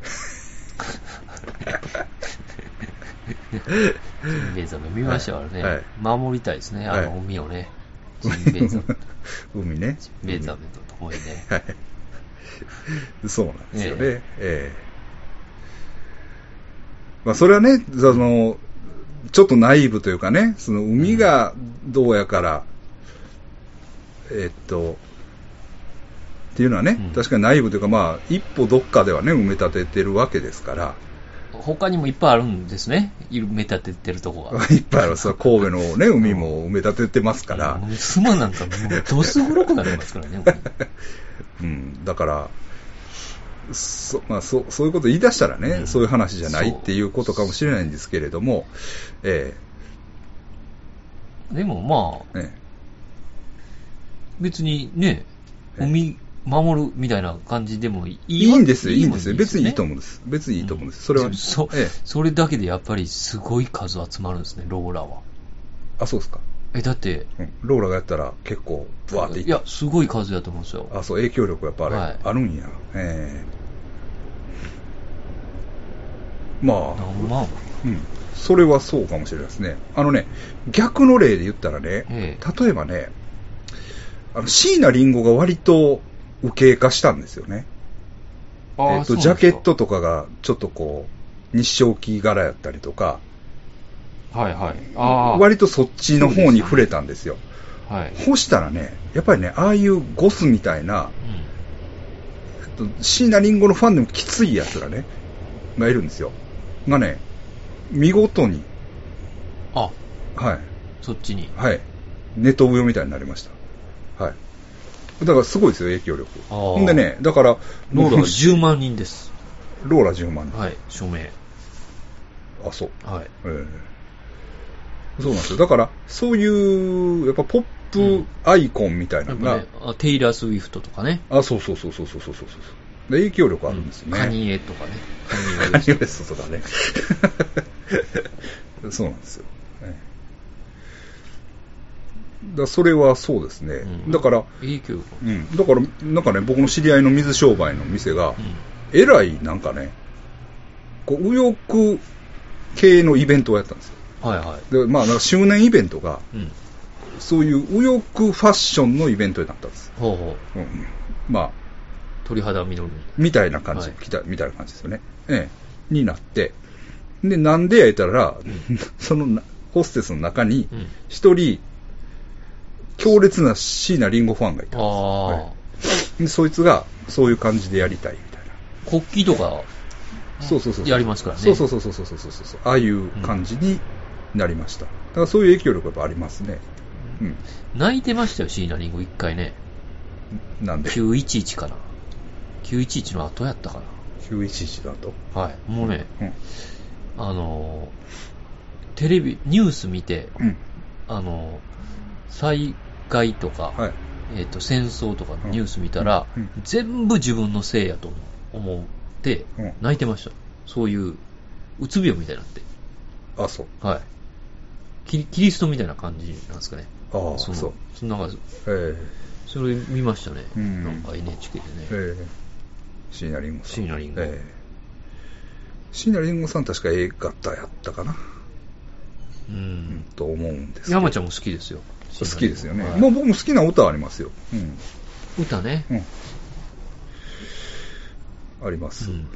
S2: ジンベエザメ見ましたからね。
S1: はいはい
S2: 守りたいですね、あの海をね。ジンベエザメと、
S1: 海ね、
S2: ジンベエザメと共にね。
S1: はい、そうなんですよね、
S2: え
S1: ええまあ、それはねその、ちょっと内部というかね、その海がどうやから、えっと、っていうのはね、
S2: うん
S1: 確かに内部というか、まあ、一歩どっかではね、埋め立ててるわけですから、
S2: 他にもいっぱいあるんですね。埋め立ててるとこが。
S1: いっぱいある、そう神戸のね、海も埋め立ててますから
S2: も、う妻なんかもうどす黒くなりますからね、も う
S1: うん、だから、そまあ、そそういうこと言い出したらね、
S2: うん
S1: そういう話じゃないっていうことかもしれないんですけれども、え
S2: でもまあ、
S1: えね
S2: 別にね、海守るみたいな感じでもい
S1: い
S2: わ
S1: いんですよ、いいんですよ、
S2: も
S1: 別にいいと
S2: ね
S1: 思うんです、別にいいと思うんです、それは、
S2: そ
S1: ええ、
S2: それだけでやっぱりすごい数集まるんですね、ローラは。
S1: あ、そうですか、
S2: え、だって、
S1: うん、ローラがやったら結構、わーっていっ
S2: いや、すごい数だと思うんですよ。
S1: あ、そう、影響力やっぱあれ、
S2: はい
S1: あるんや、ええまあ、
S2: 何万
S1: うん、それはそうかもしれないですね。あのね、逆の例で言ったらね、
S2: え
S1: 例えばね、あの椎名林檎が割と右傾化したんですよね。えっと、ジャケッ。トとかがちょっとこう、日照期柄やったりとか、
S2: はいはい。あ
S1: 割とそっちの方に触れたんですよ。
S2: あ、はい。
S1: 干したらね、やっぱりね、ああいうゴスみたいな、えっと椎名林檎のファンでもきついやつらね、がいるんですよ。がね、見事に、
S2: あ、
S1: はい、
S2: そっちに。
S1: はい。ネトウヨみたいになりました。はい。だからすごいですよ、影響力。
S2: あー
S1: ほんでね、だから、
S2: ローラ
S1: も
S2: は
S1: う
S2: 10万人です。
S1: ローラ10万人。
S2: はい、署名。
S1: あ、そう。
S2: はい。
S1: ええそうなんですよ。だから、そういう、やっぱポップアイコンみたいな
S2: なん
S1: のが、
S2: かね、あテイラー・スウィフトとかね。
S1: あ、そうそうそうそうそうそうそうそう。で、影響力あるんですよね。
S2: カニエとかね。
S1: カニウエストとかね。そうなんですよ。ええだそれはそうですね。
S2: うん
S1: だから、
S2: 影響力。
S1: うん、だから、なんかね、僕の知り合いの水商売の店が、
S2: う
S1: えらい、なんかね、こう、右翼系のイベントをやったんです
S2: ん。はいはい。
S1: よ。で、まあ、なんか周年イベントが、
S2: うん。
S1: そういう右翼ファッションのイベントになったんです。
S2: ほうほう。
S1: うんうん、まあ、
S2: 鳥肌実る。
S1: みたいな感じ、
S2: はい
S1: きたみたいな感じですよね。ええ。になって、で、なんでやったら、
S2: う
S1: そのなホステスの中に
S2: うん、
S1: 一人、強烈な椎名林檎ファンがいたんです
S2: ああ、
S1: はいでそいつが、そういう感じでやりたいみたいな。
S2: 国旗とか、
S1: そうそうそう。
S2: やりますからね
S1: そうそうそうそうそうそうそうそう。ああいう感じになりました。だからそういう影響力やっぱありますね。うん。
S2: 泣いてましたよ、椎名林檎一回ね。
S1: なんで、
S2: 911かな。911の後やったか
S1: 911だと。
S2: な。はい。もうね、
S1: うん。
S2: あのー、テレビ、ニュース見て、
S1: うん。
S2: あのー、災害とか、
S1: はい。
S2: えっと戦争とかのニュース見たら、
S1: うんうん
S2: 全部自分のせいやと思って
S1: うん
S2: 泣いてました、そういううつ病みたいになって、
S1: あ、そう。
S2: はい、キリキリストみたいな感じなんですかね
S1: ああ、そ
S2: そ
S1: う
S2: の
S1: そう。
S2: そのなんか
S1: え
S2: それ見ましたね、
S1: うん
S2: なんか NHK でね
S1: え、ええ椎名林檎さん。
S2: 椎名林檎
S1: ええ椎名林檎さん確か映画型やったかな、う
S2: う
S1: ん
S2: ん、
S1: と思うんですけど
S2: 山ちゃんも好きですよ
S1: 好きですよね。
S2: はい
S1: もう僕も好きな歌はありますよ。うん。
S2: 歌ね、
S1: うんあります、
S2: う
S1: うんん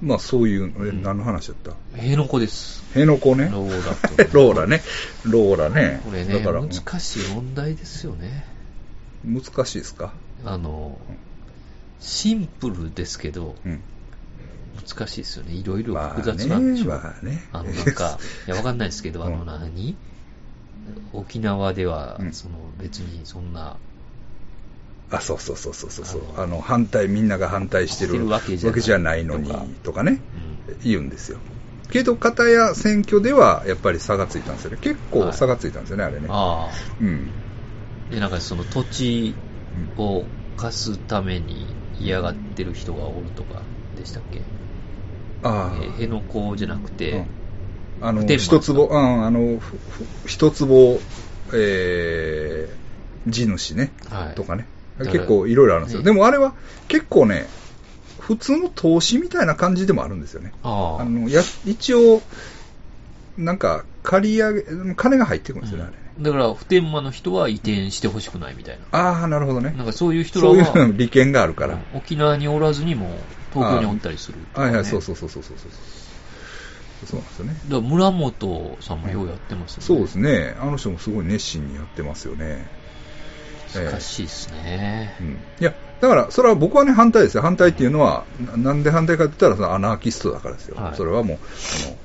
S1: まあそういう、え
S2: うん
S1: 何の話だった
S2: への子です
S1: 辺野古ね
S2: ローラと ね
S1: ローラねローラね
S2: これね
S1: だからうん
S2: 難しい問題ですよね
S1: 難しいですか
S2: あの
S1: うん
S2: シンプルですけど、
S1: うん
S2: 難しいですよね。いろいろ
S1: まあ
S2: 複
S1: ね
S2: 雑なんでしょう。
S1: まあね
S2: あの、なんか、いや、わかんないですけど、あ
S1: う
S2: の
S1: ん
S2: 何、沖縄では
S1: う、ん
S2: その、別にそんな、
S1: あそうそうそうそうそうそう
S2: あの
S1: あの反対みんなが反対して
S2: してる
S1: る
S2: わ
S1: わけ
S2: けじゃない
S1: じゃないのに
S2: とか
S1: とかね
S2: うん
S1: 言うんですよけど片や選挙ではやっぱり差がついたんですよね結
S2: は
S1: 構
S2: い
S1: 差がついたんですよね、あれね
S2: あ
S1: うん
S2: あ。で、なんかその土地を貸すために嫌がってる人がおるとか、でしたっけ
S1: ああ、
S2: えー辺野古じゃなくて、
S1: うんあの
S2: 普天間
S1: 一坪、うん、あのふふ一坪、えー、地主ね、
S2: はい
S1: とかね、
S2: だから
S1: 結構いろいろあるんですよ、
S2: ね
S1: でもあれは結構ね、普通の投資みたいな感じでもあるんですよね、
S2: ああ
S1: あのや一応、なんか借り上げ、金が入ってくるんですよね、あれね。
S2: うんだから、普天間の人は移転してほしくないみたいな。
S1: ああ、なるほどね
S2: なん。かそういう人ら
S1: そう
S2: は、
S1: いう利権があるから。
S2: うん沖縄におらずにも、東京におったりするとか
S1: は
S2: ね、
S1: いはい、そうそうそうそうそうそう。そうなんですよね。
S2: だから村本さんもようやってますよね。
S1: そうですね。あの人もすごい熱心にやってますよね。
S2: 難しいですね
S1: う。んいや、だから、それは僕はね、反対ですよ。反対っていうのは、ななんで反対かって言ったら、そのアナーキストだからですよ。
S2: はい
S1: それはもう、あの、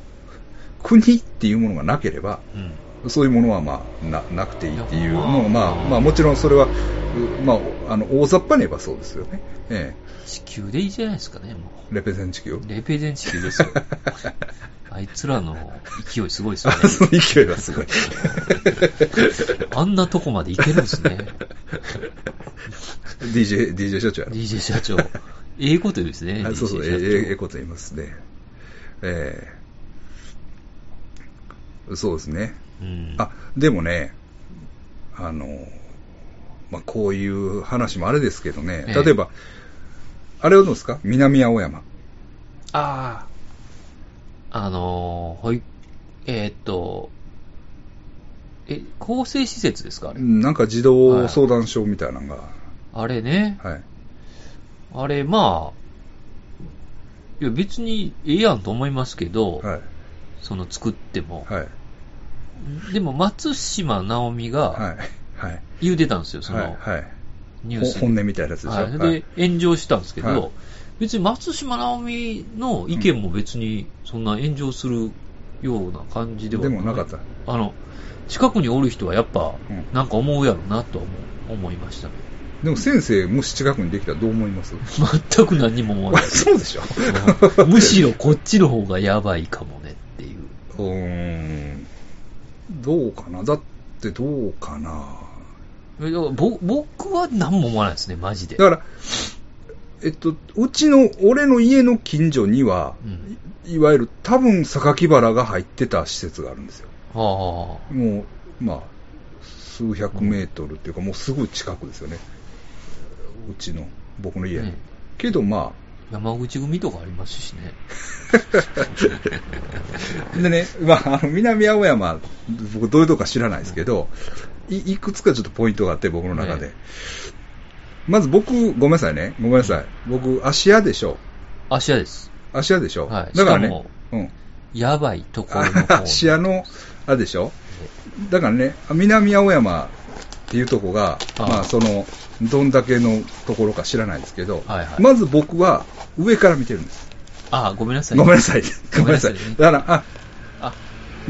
S1: 国っていうものがなければ、
S2: うん。
S1: そういうものはまあ、な、なくていいっていうの
S2: いや
S1: を、まあ、まあ、もちろんそれは、うまあ、あの、大雑把に言えばそうですよね。え
S2: 地球でいいじゃないですかね、も
S1: え、レペゼン地球。
S2: う。レペゼン地球ですよ。あいつらの勢いすごいです
S1: あ
S2: よ
S1: その
S2: ね。
S1: 勢いがすご い。
S2: あんなとこまで行けるんですね。
S1: DJ、DJ 所長やろ。
S2: DJ 社長。ええこと言うですね。
S1: あそうそう、え
S2: DJ 社長
S1: えええこと言いますね。ええそうですね。
S2: うん。
S1: あ、でもね、あの、まあ、こういう話もあれですけどね、
S2: ええ
S1: 例えば、あれはどうですか南青山。
S2: あー。あのー、ほい、えーっと、え、構成施設ですかあれ。
S1: なんか児童相談所みたいなのが、
S2: あれね。
S1: はい。
S2: あれ、まあ、いや別にええやんと思いますけど、
S1: はい。
S2: その作っても。
S1: はい。
S2: でも松島直美が
S1: はい。はい。
S2: 言うてたんですよ、そ
S1: はい
S2: の。
S1: はい。
S2: ニュ
S1: ほ
S2: ース
S1: 本音みたいなやつでしょ。
S2: はい
S1: はい
S2: で、炎上したんですけど、
S1: はい
S2: 別に松島直美の意見も別にそんな炎上するような感じで
S1: で
S2: は
S1: もなかった。
S2: あの、近くにおる人はやっぱ
S1: う、ん
S2: なんか思うやろなとは思う思いましたね。
S1: でも先生、もし近くにできたらどう思います
S2: 全く何も思 わない。
S1: そうでしょ
S2: うんむしろこっちの方がやばいかもねっていう。
S1: うーん。どうかなだってどうかない
S2: やぼ僕は何も思わないですね、マジで。
S1: だから、えっと、うちの、俺の家の近所には、
S2: うん
S1: いいわゆる多分榊原が入ってた施設があるんですよ。
S2: はあ、
S1: もう、まあ、数百メートルっていうか、もうすぐ近くですよね。うちの、僕の家。
S2: うん
S1: けどま
S2: 山口組とかありますしね。
S1: あ、 でね、まあ、あの、南青山、僕どういうとこか知らないですけど、いいくつかちょっとポイントがあって、僕の中で。
S2: え
S1: まず僕、ごめんなさいね。ごめんなさい。僕、芦屋でしょ。
S2: 芦屋です。
S1: 芦屋でしょ。
S2: はい
S1: だから
S2: しかも
S1: ね、うん。
S2: やばいところの方
S1: あ芦屋の、あれでしょ、だからね、南青山っていうとこが、
S2: ああ
S1: まあ、その、どんだけのところか知らないですけど、
S2: はいはい
S1: まず僕は上から見てるんです。
S2: あ、ごめんなさい。
S1: ごめんなさい。ご
S2: ご
S1: めんな
S2: めんな
S1: さい
S2: さい。
S1: だから、あ、
S2: あ、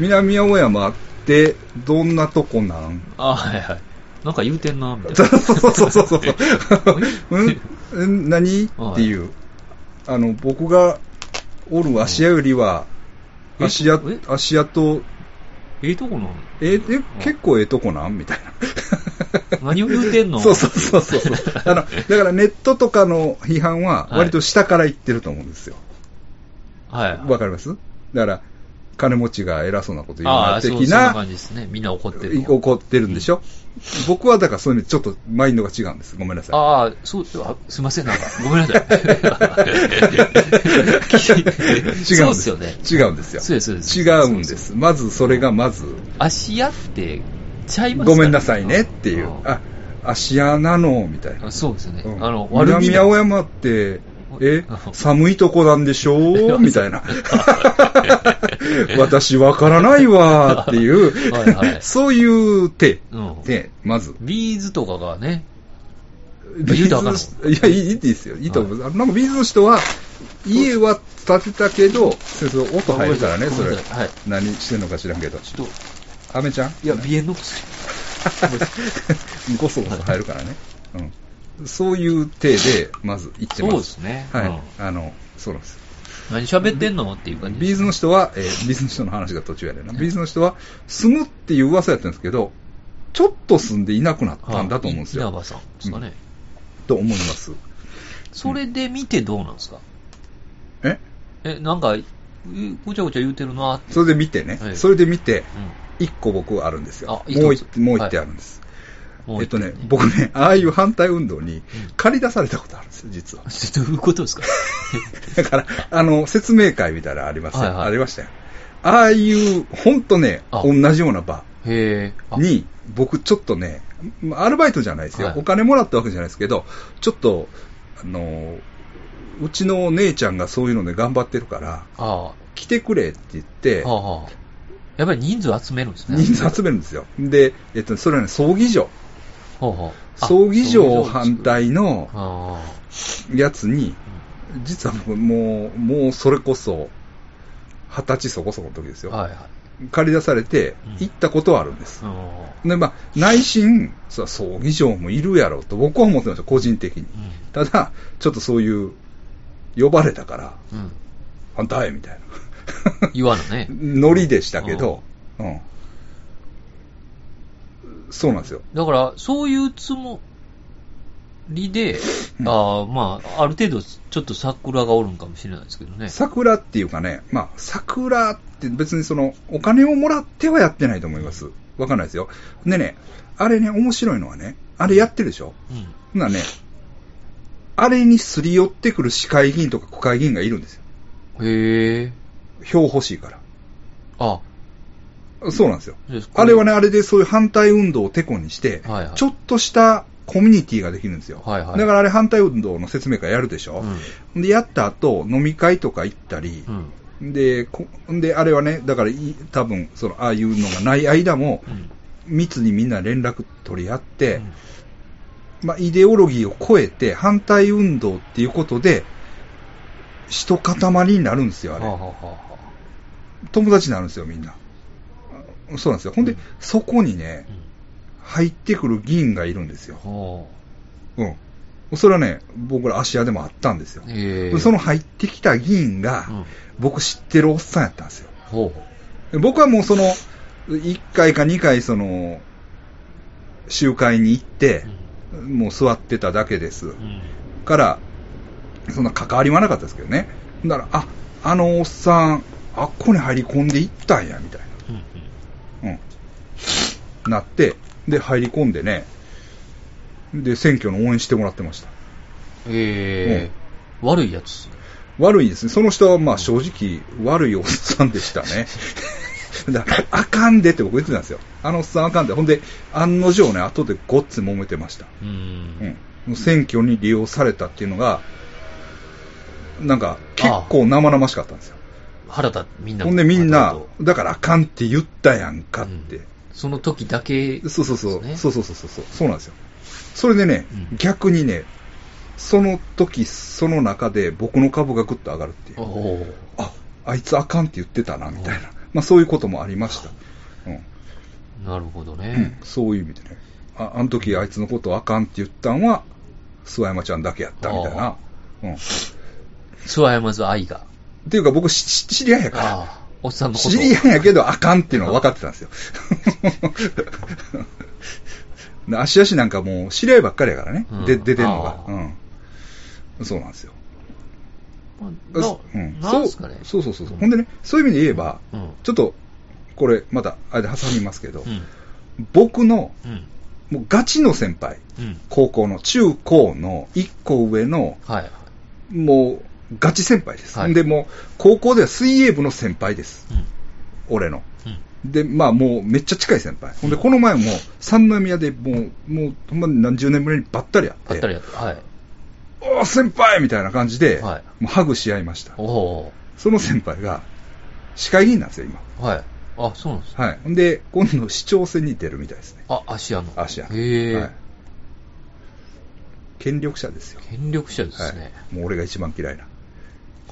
S1: 南青山ってどんなとこ なん
S2: あ、はいはい。なんか言うてんな、みた
S1: そ
S2: い
S1: う
S2: な。
S1: そうそうそうそう。うん
S2: え
S1: うん何っていう。あの、僕がおる芦屋よりは、
S2: え
S1: 芦屋
S2: え、
S1: 芦屋と
S2: ええとこの、
S1: え、え、結構ええとこなんみたいな。
S2: 何を言うて んの
S1: そうそうそうそうそう。あの、だからネットとかの批判は、
S2: はい
S1: 割と下から言ってると思うんですよ。
S2: はい。
S1: わ、かりますだから、金持ちが偉そうなこと言う
S2: あ
S1: な、
S2: あ、そうそ
S1: 的
S2: んな
S1: な
S2: 感、じですね。みんな怒ってるの。
S1: 怒ってるんでしょ、僕はだからそういうのちょっとマインドが違うんです。ごめんなさい。
S2: ああ、そう、あすいません、なんか、ごめんなさい。
S1: 違で
S2: そううんですすよね。
S1: 違うんですよ。
S2: そうですそうです
S1: 違うんです。まず、それがまず、
S2: 足屋って、ちゃいますから
S1: ごめんなさいねっていう。
S2: あ
S1: あ、芦屋なの、みたいな
S2: あ。そうですよね。
S1: うん
S2: あの、悪み
S1: 南
S2: な
S1: 青山って、え
S2: う、ん
S1: 寒いとこなんでしょうみ たいな。私わからないわーっていう、
S2: はいは い
S1: そういう手、
S2: うん
S1: 手、まず。
S2: ビーズとかがね、言うたらあかんの
S1: ビーズいや、いいいいですよ。いいと思う。あのなんかビーズの人は、家は建てたけど、先生、音入るからね、
S2: あご
S1: そ
S2: めん
S1: れ
S2: な。さいはい
S1: 何してんのか知らんけど。
S2: ちょっ
S1: アメちゃん
S2: と、いや、鼻炎の薬。
S1: ごそごそ入るからね。うん。そういう体で、まず行ってます。
S2: そうですね
S1: はい。
S2: うん
S1: あの、そうなんです。
S2: 何喋ってんのっていう感じ。
S1: ビーズの人は、えービーズの人の話が途中やねんな。ビーズの人は、住むっていう噂やったんですけど、ちょっと住んでいなくなったんだと思うんですよ。
S2: 稲葉さんですかね。
S1: と思います。
S2: それで見てどうなんですか
S1: え
S2: え、なんか、うごちゃごちゃ言うてるなって。
S1: それで見てね。
S2: はい
S1: それで見て、
S2: う
S1: 一個僕はあるんですよ。
S2: あ一つ
S1: もう一、もう一
S2: はい
S1: 点あるんです。
S2: んもう
S1: えっとね、
S2: 一回
S1: 僕ね、ああいう反対運動に借り出されたことあるんですよ、実は。
S2: どういうことですか
S1: だから、あの、説明会みたいなのありますよ、
S2: はいはい
S1: ありましたよ。ああいう、ほんとね、
S2: あ
S1: 同じような場
S2: へえ。あ
S1: に、僕ちょっとね、まアルバイトじゃないですよ、
S2: はい
S1: お金もらったわけじゃないですけど、ちょっと、あの、うちの姉ちゃんがそういうので頑張ってるから、
S2: あ
S1: 来てくれって言って
S2: あ、、はあはあ。やっぱり人数集めるんですね。
S1: 人数集めるんですよ。で、えっと、それはね、葬儀場。
S2: ほうほうあ
S1: 葬儀場反対の
S2: あ
S1: やつに
S2: あ、
S1: 実は僕もう、もうそれこそ、二十歳そこそこの時です
S2: うん
S1: よ。
S2: はいはい。
S1: 借り出されて
S2: うん、
S1: 行ったことはあるんです。
S2: うん
S1: で、まあ、内心、そら葬儀場もいるやろうと僕は思ってました、個人的に。ただ、ちょっとそういう、呼ばれたから、
S2: うん。うん。
S1: 反対みたいな。
S2: 言わぬ ね
S1: ノリでしたけど、うん。そうなんですよ。
S2: だから、そういうつもりで、
S1: うん
S2: ああ、まあ、ある程度、ちょっと桜がおるんかもしれないですけどね。
S1: 桜っていうかね、まあ、桜って別にその、お金をもらってはやってないと思います。わかんないですよ。でね、あれね、面白いのはね、あれやってるでしょ
S2: うん。
S1: ほんならね、あれにすり寄ってくる市会議員とか区会議員がいるんですよ。
S2: へえ。
S1: 票欲しいか
S2: あ、
S1: ら。そうなんですよ。
S2: です
S1: あれはね、あれでそういう反対運動をテコにして、
S2: はいはい
S1: ちょっとしたコミュニティができるんですよ。
S2: はいはい
S1: だからあれ反対運動の説明会やるでしょ、で、やった後、飲み会とか行ったり、
S2: うん。うん。
S1: で、こで、あれはね、だからい、多分、その、ああいうのがない間も、
S2: うん。
S1: 密にみんな連絡取り合って、
S2: うん
S1: まあ、イデオロギーを超えて、反対運動っていうことで、一塊になるんですよ、あれ。
S2: はあはあはあは
S1: 友達になるんですよ、みんな。あそうなんですよ。ほんで、
S2: うん
S1: そこに
S2: あ
S1: ね
S2: う、ん
S1: 入ってくる議員がいるんですよ。
S2: ほ
S1: うん。それはね、僕ら芦屋でもあったんですよ。
S2: え
S1: その入ってきた議員が、
S2: うん
S1: 僕知ってるおっさんやったんですよ。
S2: ほう
S1: で僕はもうその、1回か2回その、集会に行って、もう座ってただけです。
S2: うん
S1: から、そんな関わりはなかったですけどね。だから、あ、あのおっさん、あっこに入り込んでいったんや、みたい
S2: うん
S1: な。うん。なって、で、入り込んでね、で、選挙の応援してもらってました。
S2: えー悪いやつ。
S1: 悪いですね。その人は、まあ正直、悪いおっさんでしたね。 だから、あかんでって僕言ってたんですよ。あのおっさんあかんで。ほんで、案の定ね、後でごっつ揉めてました。
S2: う
S1: うん
S2: ん。。
S1: もう選挙に利用されたっていうのが、なんか、結構生々しかったんですよ。
S2: 腹立っ、みんな。
S1: ほんでみんな
S2: 腹立、
S1: だからあかんって言ったやんかって。
S2: とその時だけ。
S1: そうそうそう、
S2: で
S1: そうそ
S2: すね
S1: うそうそうそう、そうなんですよ。それでね、
S2: うん
S1: 逆にね、その時、その中で僕の株がぐっと上がるっていう。
S2: おー
S1: あ、あいつあかんって言ってたな、みたいな
S2: お。
S1: まあそういうこともありました。うん。
S2: なるほど
S1: うん
S2: ね。
S1: そういう意味でね。あ、あの時あいつのことあかんって言ったんは、諏訪山ちゃんだけやった、みたいな
S2: あ。
S1: うん。っ
S2: 諏訪山津愛が。
S1: ていうか僕し、し知り合いやから。
S2: ああ、おっさんのこと。
S1: 知り合いやけど、あかんっていうのは分かってたんですよ。 足足なんかもう知り合いばっかりやからね。
S2: うん
S1: で出てんのが
S2: あ。ー
S1: うん。そうなんですよ。
S2: まあな
S1: うん、
S2: なんすかね。
S1: そうそうそうそう。ほんでね、そういう意味で言えば、
S2: うん
S1: ちょっと、これ、また、あれで挟みますけど、
S2: うん。
S1: 僕の、
S2: うん。
S1: もうガチの先輩、
S2: うん。
S1: 高校の、中高の、一個上の、
S2: はい。
S1: もう、ガチ先輩です。
S2: はい
S1: で、もう、高校では水泳部の先輩です。
S2: うん。
S1: 俺の。
S2: うん。
S1: で、まあもうめっちゃ近い先輩。ほんで、この前も三宮でもう、もうほんまに何十年ぶりにばったり会って、
S2: ばったりやった。はい。
S1: おー先輩みたいな感じで、
S2: はい
S1: もうハグし合いました。
S2: お
S1: その先輩が、市会議員なんですよ、今。
S2: お。はい。あ、そうなんですね。
S1: はい。ほんで、今度市長選に出るみたいですね。
S2: あ、芦屋の。
S1: 芦屋。
S2: へえ、
S1: はい権力者ですよ。
S2: 権力者ですね。
S1: はい。もう俺が一番嫌いな。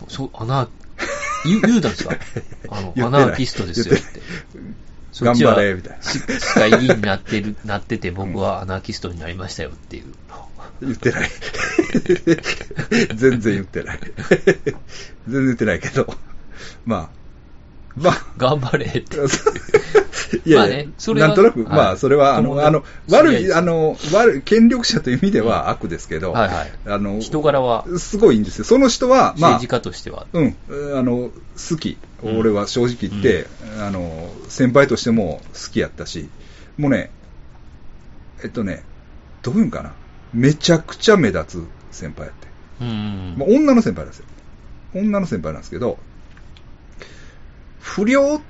S2: そう、アナー、言う言うたん ですかあの、
S1: 言
S2: ア
S1: ってない
S2: ナーキストですよって。そ
S1: 頑
S2: っちは
S1: 張れ、みたいな。
S2: し市会議員になってる、なってて僕はアナーキストになりましたよっていう。
S1: 言ってない。 全然言ってない。 全然言ってないけど。まあ、まあ、
S2: 頑張れって。
S1: いやいや、
S2: まあねそれは
S1: なんとなく、
S2: はい
S1: まあ、それは、あ
S2: そ
S1: の、
S2: の
S1: あの、
S2: それは
S1: 悪
S2: いい
S1: い、
S2: です
S1: あの、悪い、権力者という意味では悪ですけど、
S2: はいはい
S1: あの、
S2: 人柄は、
S1: すごいんですよ。その人は、まあ
S2: 政治、家としては。
S1: うん、あの、好き。
S2: うん
S1: 俺は正直言って、あの、先輩としても好きやったし、もうね、えっとね、どういうんかな。めちゃくちゃ目立つ先輩やって。
S2: うんうん
S1: まあ、女の先輩なんですよ。女の先輩なんですけど、不良っ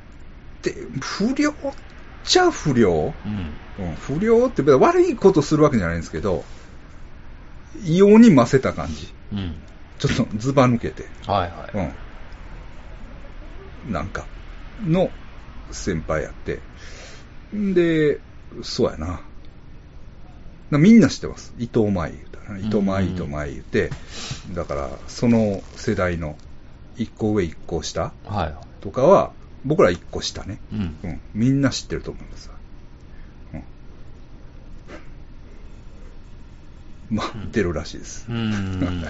S1: て、不良っちゃ不良、
S2: うん。うん。
S1: うん、不良って別に悪いことするわけじゃないんですけど、異様にませた感じ。
S2: うん。
S1: ちょっとズバ抜けて、。
S2: はいはいう
S1: ん。なんか、の先輩やって。んで、そうやな。なみんな知ってます。伊藤舞言うたらね伊藤舞、
S2: うん
S1: 伊藤舞言って、だから、その世代の一個上一個下
S2: は
S1: とかは、僕ら一個下ね。
S2: い。うん
S1: う。ん。みんな知ってると思います。うん。まあ、出るらしいです。
S2: うん。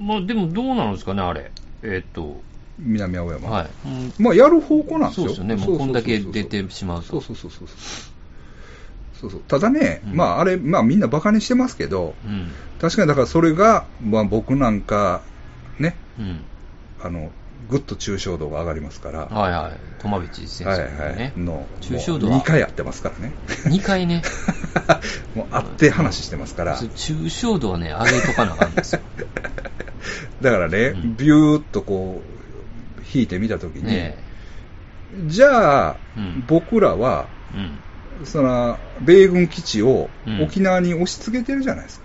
S2: まあでもどうなんですかね、あれ。えーっと、
S1: 南青山。
S2: はい。うん
S1: まあ、やる方向なんです
S2: そう
S1: よ。
S2: ですよね。もうこんだけ出てしまう
S1: そう
S2: と。
S1: そうそうそう。そうそう。ただね、
S2: うん
S1: まあ、あれ、まあ、みんな馬鹿にしてますけど、
S2: うん。
S1: 確かにだからそれが、まあ、僕なんか、ね、
S2: うん。
S1: あの、ぐっと抽象度が上がりますから、は
S2: はいはい。駒道先生
S1: い
S2: の
S1: は
S2: ね。
S1: い、の、
S2: 抽象度は
S1: 2回やってますからね。
S2: 2回ね。
S1: もう、会って話してますから、
S2: そう抽象度はね、上げとかなあか んですよ。
S1: だからね、
S2: うん
S1: ビューっとこう、引いてみたときに、
S2: ね
S1: じゃあ、
S2: うん
S1: 僕らは、
S2: え。うん。
S1: その、米軍基地を
S2: うん
S1: 沖縄に押し付けてるじゃないです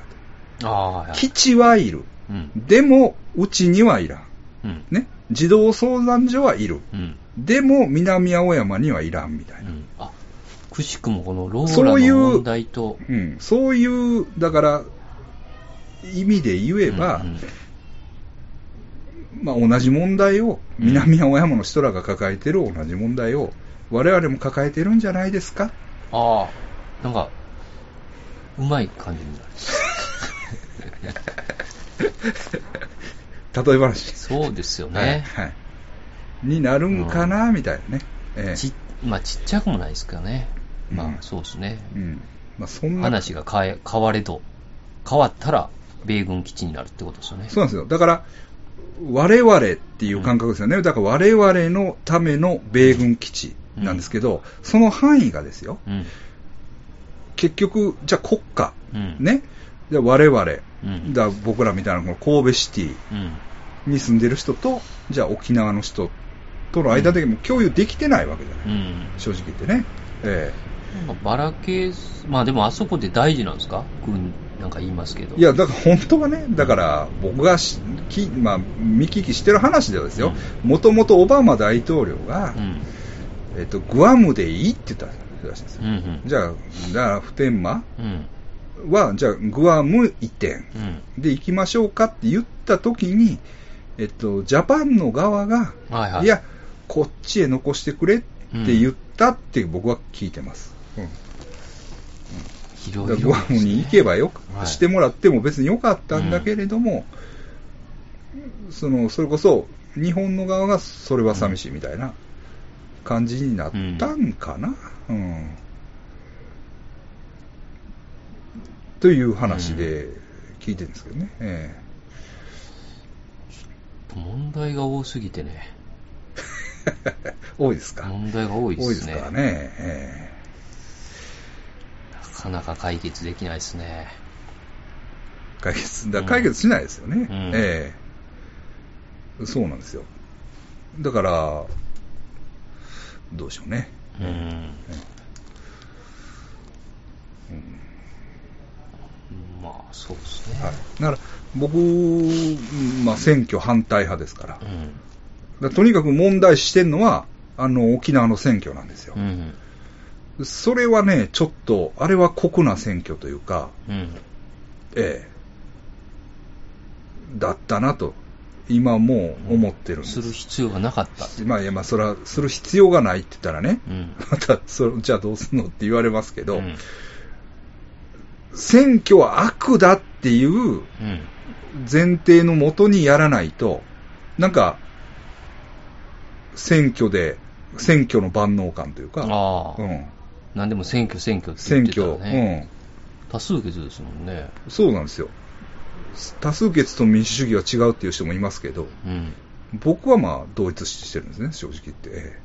S1: か。
S2: ああ、はいはい。
S1: 基地はいる。
S2: うん。
S1: でも、うちにはいらん。
S2: うん。
S1: ね。児童相談所はいる。
S2: うん。
S1: でも、南青山にはいらんみたいうな。
S2: ん。あ、くしくもこのロー
S1: そう
S2: ラ
S1: いう
S2: の問題と。
S1: うん。そういう、だから、意味で言えば、
S2: うんうん
S1: まあ、同じ問題を、
S2: うん
S1: 南青山の人 らが抱えてる同じ問題を、我々も抱えてるんじゃないですか
S2: ああ。なんか、うまい感じになる。
S1: 例え話。
S2: そうですよ
S1: はい
S2: ね。
S1: はい。になるんかな、みたいなね。ええ
S2: ちまあ、ちっちゃくもないですけどね。まあ、
S1: うん
S2: そうですね。
S1: うん。まあ、そんな。
S2: 話が変え変われと、変わったら、米軍基地になるってことですよね。
S1: そうなんですよ。だから、我々っていう感覚ですよね。だから我々のための米軍基地なんですけど、その範囲がですよ。
S2: うん。
S1: 結局、じゃあ国家、
S2: うん。。
S1: ね。で我々、
S2: うん。
S1: だ僕らみたいなこの神戸シティ
S2: うん。
S1: に住んでる人と、じゃあ沖縄の人との間でも共有できてないわけじゃない。
S2: うん。
S1: 正直言ってね。え
S2: なんかばらけす、まあでもあそこで大事なんですか軍、なんか言いますけ
S1: え
S2: ど。
S1: いや、だから本当はね、だから僕がしき、まあ、見聞きしてる話ではですよ、もともとオバマ大統領が
S2: う、ん。
S1: えっと、グアムでいいって言ったらしいんです
S2: う
S1: よ。
S2: ん。うん。
S1: じゃあ、だから普天間
S2: うん。
S1: は、じゃあ、グアム移転
S2: うん。
S1: で行きましょうかって言った時に、えっと、ジャパンの側が、
S2: はいはい。
S1: いや、こっちへ残してくれって言ったって僕は聞いてます。うん
S2: 広
S1: だ
S2: 々
S1: か
S2: です
S1: らグアム
S2: ね、
S1: に行けばよ、
S2: はい
S1: してもらっても別によかったんだけれども、そのそれこそ日本の側がそれは寂しいみたいな感じになったんかな、うんという話で聞いてるんですけどね、え
S2: 問題が多すぎてね。
S1: え多いですか
S2: 問題が多いで
S1: 多いですす
S2: ね。
S1: からね、え
S2: なかなか解決できないです
S1: え
S2: ね。
S1: 解決だから解決しないですよね、
S2: うん
S1: ええそうなんですよだからどうでしょうね
S2: うん。
S1: うん
S2: まあ、そうですね。
S1: はい、だから僕、うんまあ、選挙反対派ですから、だか
S2: うん。
S1: らとにかく問題視してるのは、あの沖縄の選挙なんですよ、
S2: うん。
S1: それはね、ちょっと、あれは酷な選挙というか、
S2: うん。
S1: ええ、だったなと、今もう思ってるんです
S2: す。る必要がなかった。
S1: まあ、いや、まあ、それは、する必要がないって言ったらね、
S2: うん。
S1: また、それじゃあどうすんのって言われますけど、
S2: うん。
S1: 選挙は悪だっていう
S2: うん。
S1: 前提のもとにやらないと、なんか、選挙で、選挙の万能感というか、
S2: ああ、
S1: うん、
S2: なんでも選挙選挙って
S1: 選
S2: 言ってた
S1: 挙、
S2: らね。多数決ですもんね。
S1: うん、そうなんですよ。多数決と民主主義は違うっていう人もいますけど、
S2: うん。
S1: 僕はまあ同一視してるんですね、正直言って。え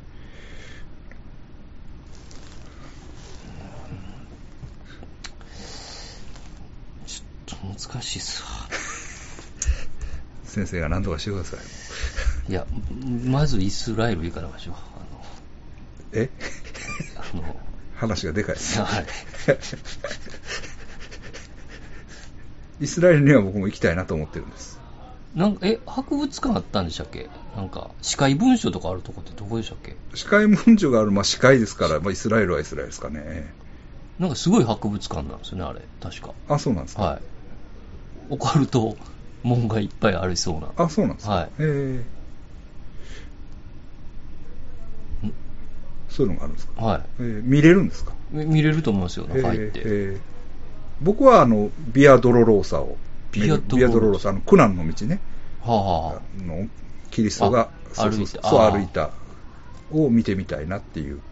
S2: ちょっと難しいっすわ。
S1: え先生が何とかしてください。
S2: いや、まずイスラエル行かなましょう。
S1: え
S2: あの、あの、
S1: 話がでかいです。
S2: はい。
S1: イスラエルには僕も行きたいなと思ってるんです。
S2: なんか、え、博物館あったんでしたっけなんか、司会文書とかあるとこってどこでしたっけ
S1: 司会文書がある、まあ、司会ですから、まあ、イスラエルはイスラエルですかね。え
S2: なんかすごい博物館なんですよね、あれ。確か。
S1: えあ、そうなんですか。
S2: はい。オカルト門がいっぱいありそうな。
S1: あ、そうなんですか。
S2: はい
S1: えー
S2: ん
S1: そういうのがあるんですか。
S2: は
S1: えー見れるんですか。
S2: い。み見れると思うんですよ、
S1: え
S2: 中入って。
S1: ーえー僕はあのビアドロローサを。
S2: ビアドロローサ
S1: あの苦難の道ね。
S2: はあ、はあは
S1: あのキリストが
S2: あ
S1: そうそう
S2: 歩い
S1: そう
S2: た
S1: そう
S2: あー
S1: 歩いたを見てみたいなっていう。
S2: あ、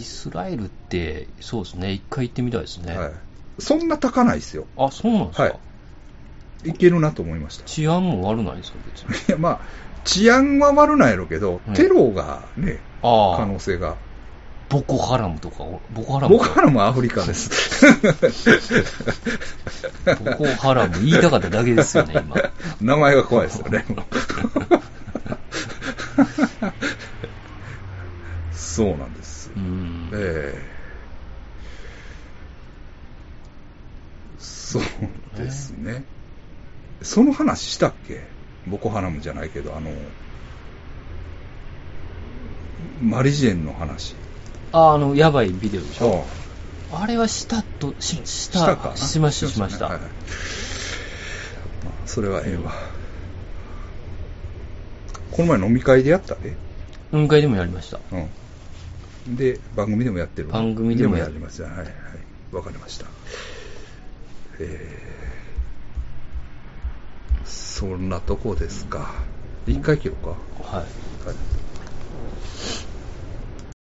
S2: イスラエルって、そうですね、一回行ってみたいですね。
S1: はい。そんな高ないですよ。
S2: あ、そうなんですか、
S1: はいいけるなと思いました。
S2: 治安も悪ないですか、別に。
S1: いや、まあ、治安は悪ないやろうけど
S2: うん、
S1: テロがね、
S2: あ
S1: 可
S2: あ
S1: 能、性が。
S2: ボコハラムとか、ボコハラム
S1: 僕
S2: とか。
S1: からもアフリカ です。
S2: ボコハラム言いたかっただけです よね、今。
S1: 名前が怖いですよね。 そうなんです。
S2: うん。
S1: ええそうですね。その話したっけボコハラムじゃないけど、あの、マリジェンの話。
S2: あ、あの、やばいビデオでしょ。
S1: ああ
S2: あれはしたと、し、し
S1: したか
S2: た、
S1: な
S2: しました、しまし
S1: はい
S2: た
S1: はい。まあそれはええわ。この前飲み会でやったで。
S2: 4回でもやりました。
S1: うん。で、番組でもやってるわ
S2: 番組でもや
S1: でりました。はいはい。わかりました。えー、そんなとこですか。一回切ろうか。
S2: はい。
S1: はい。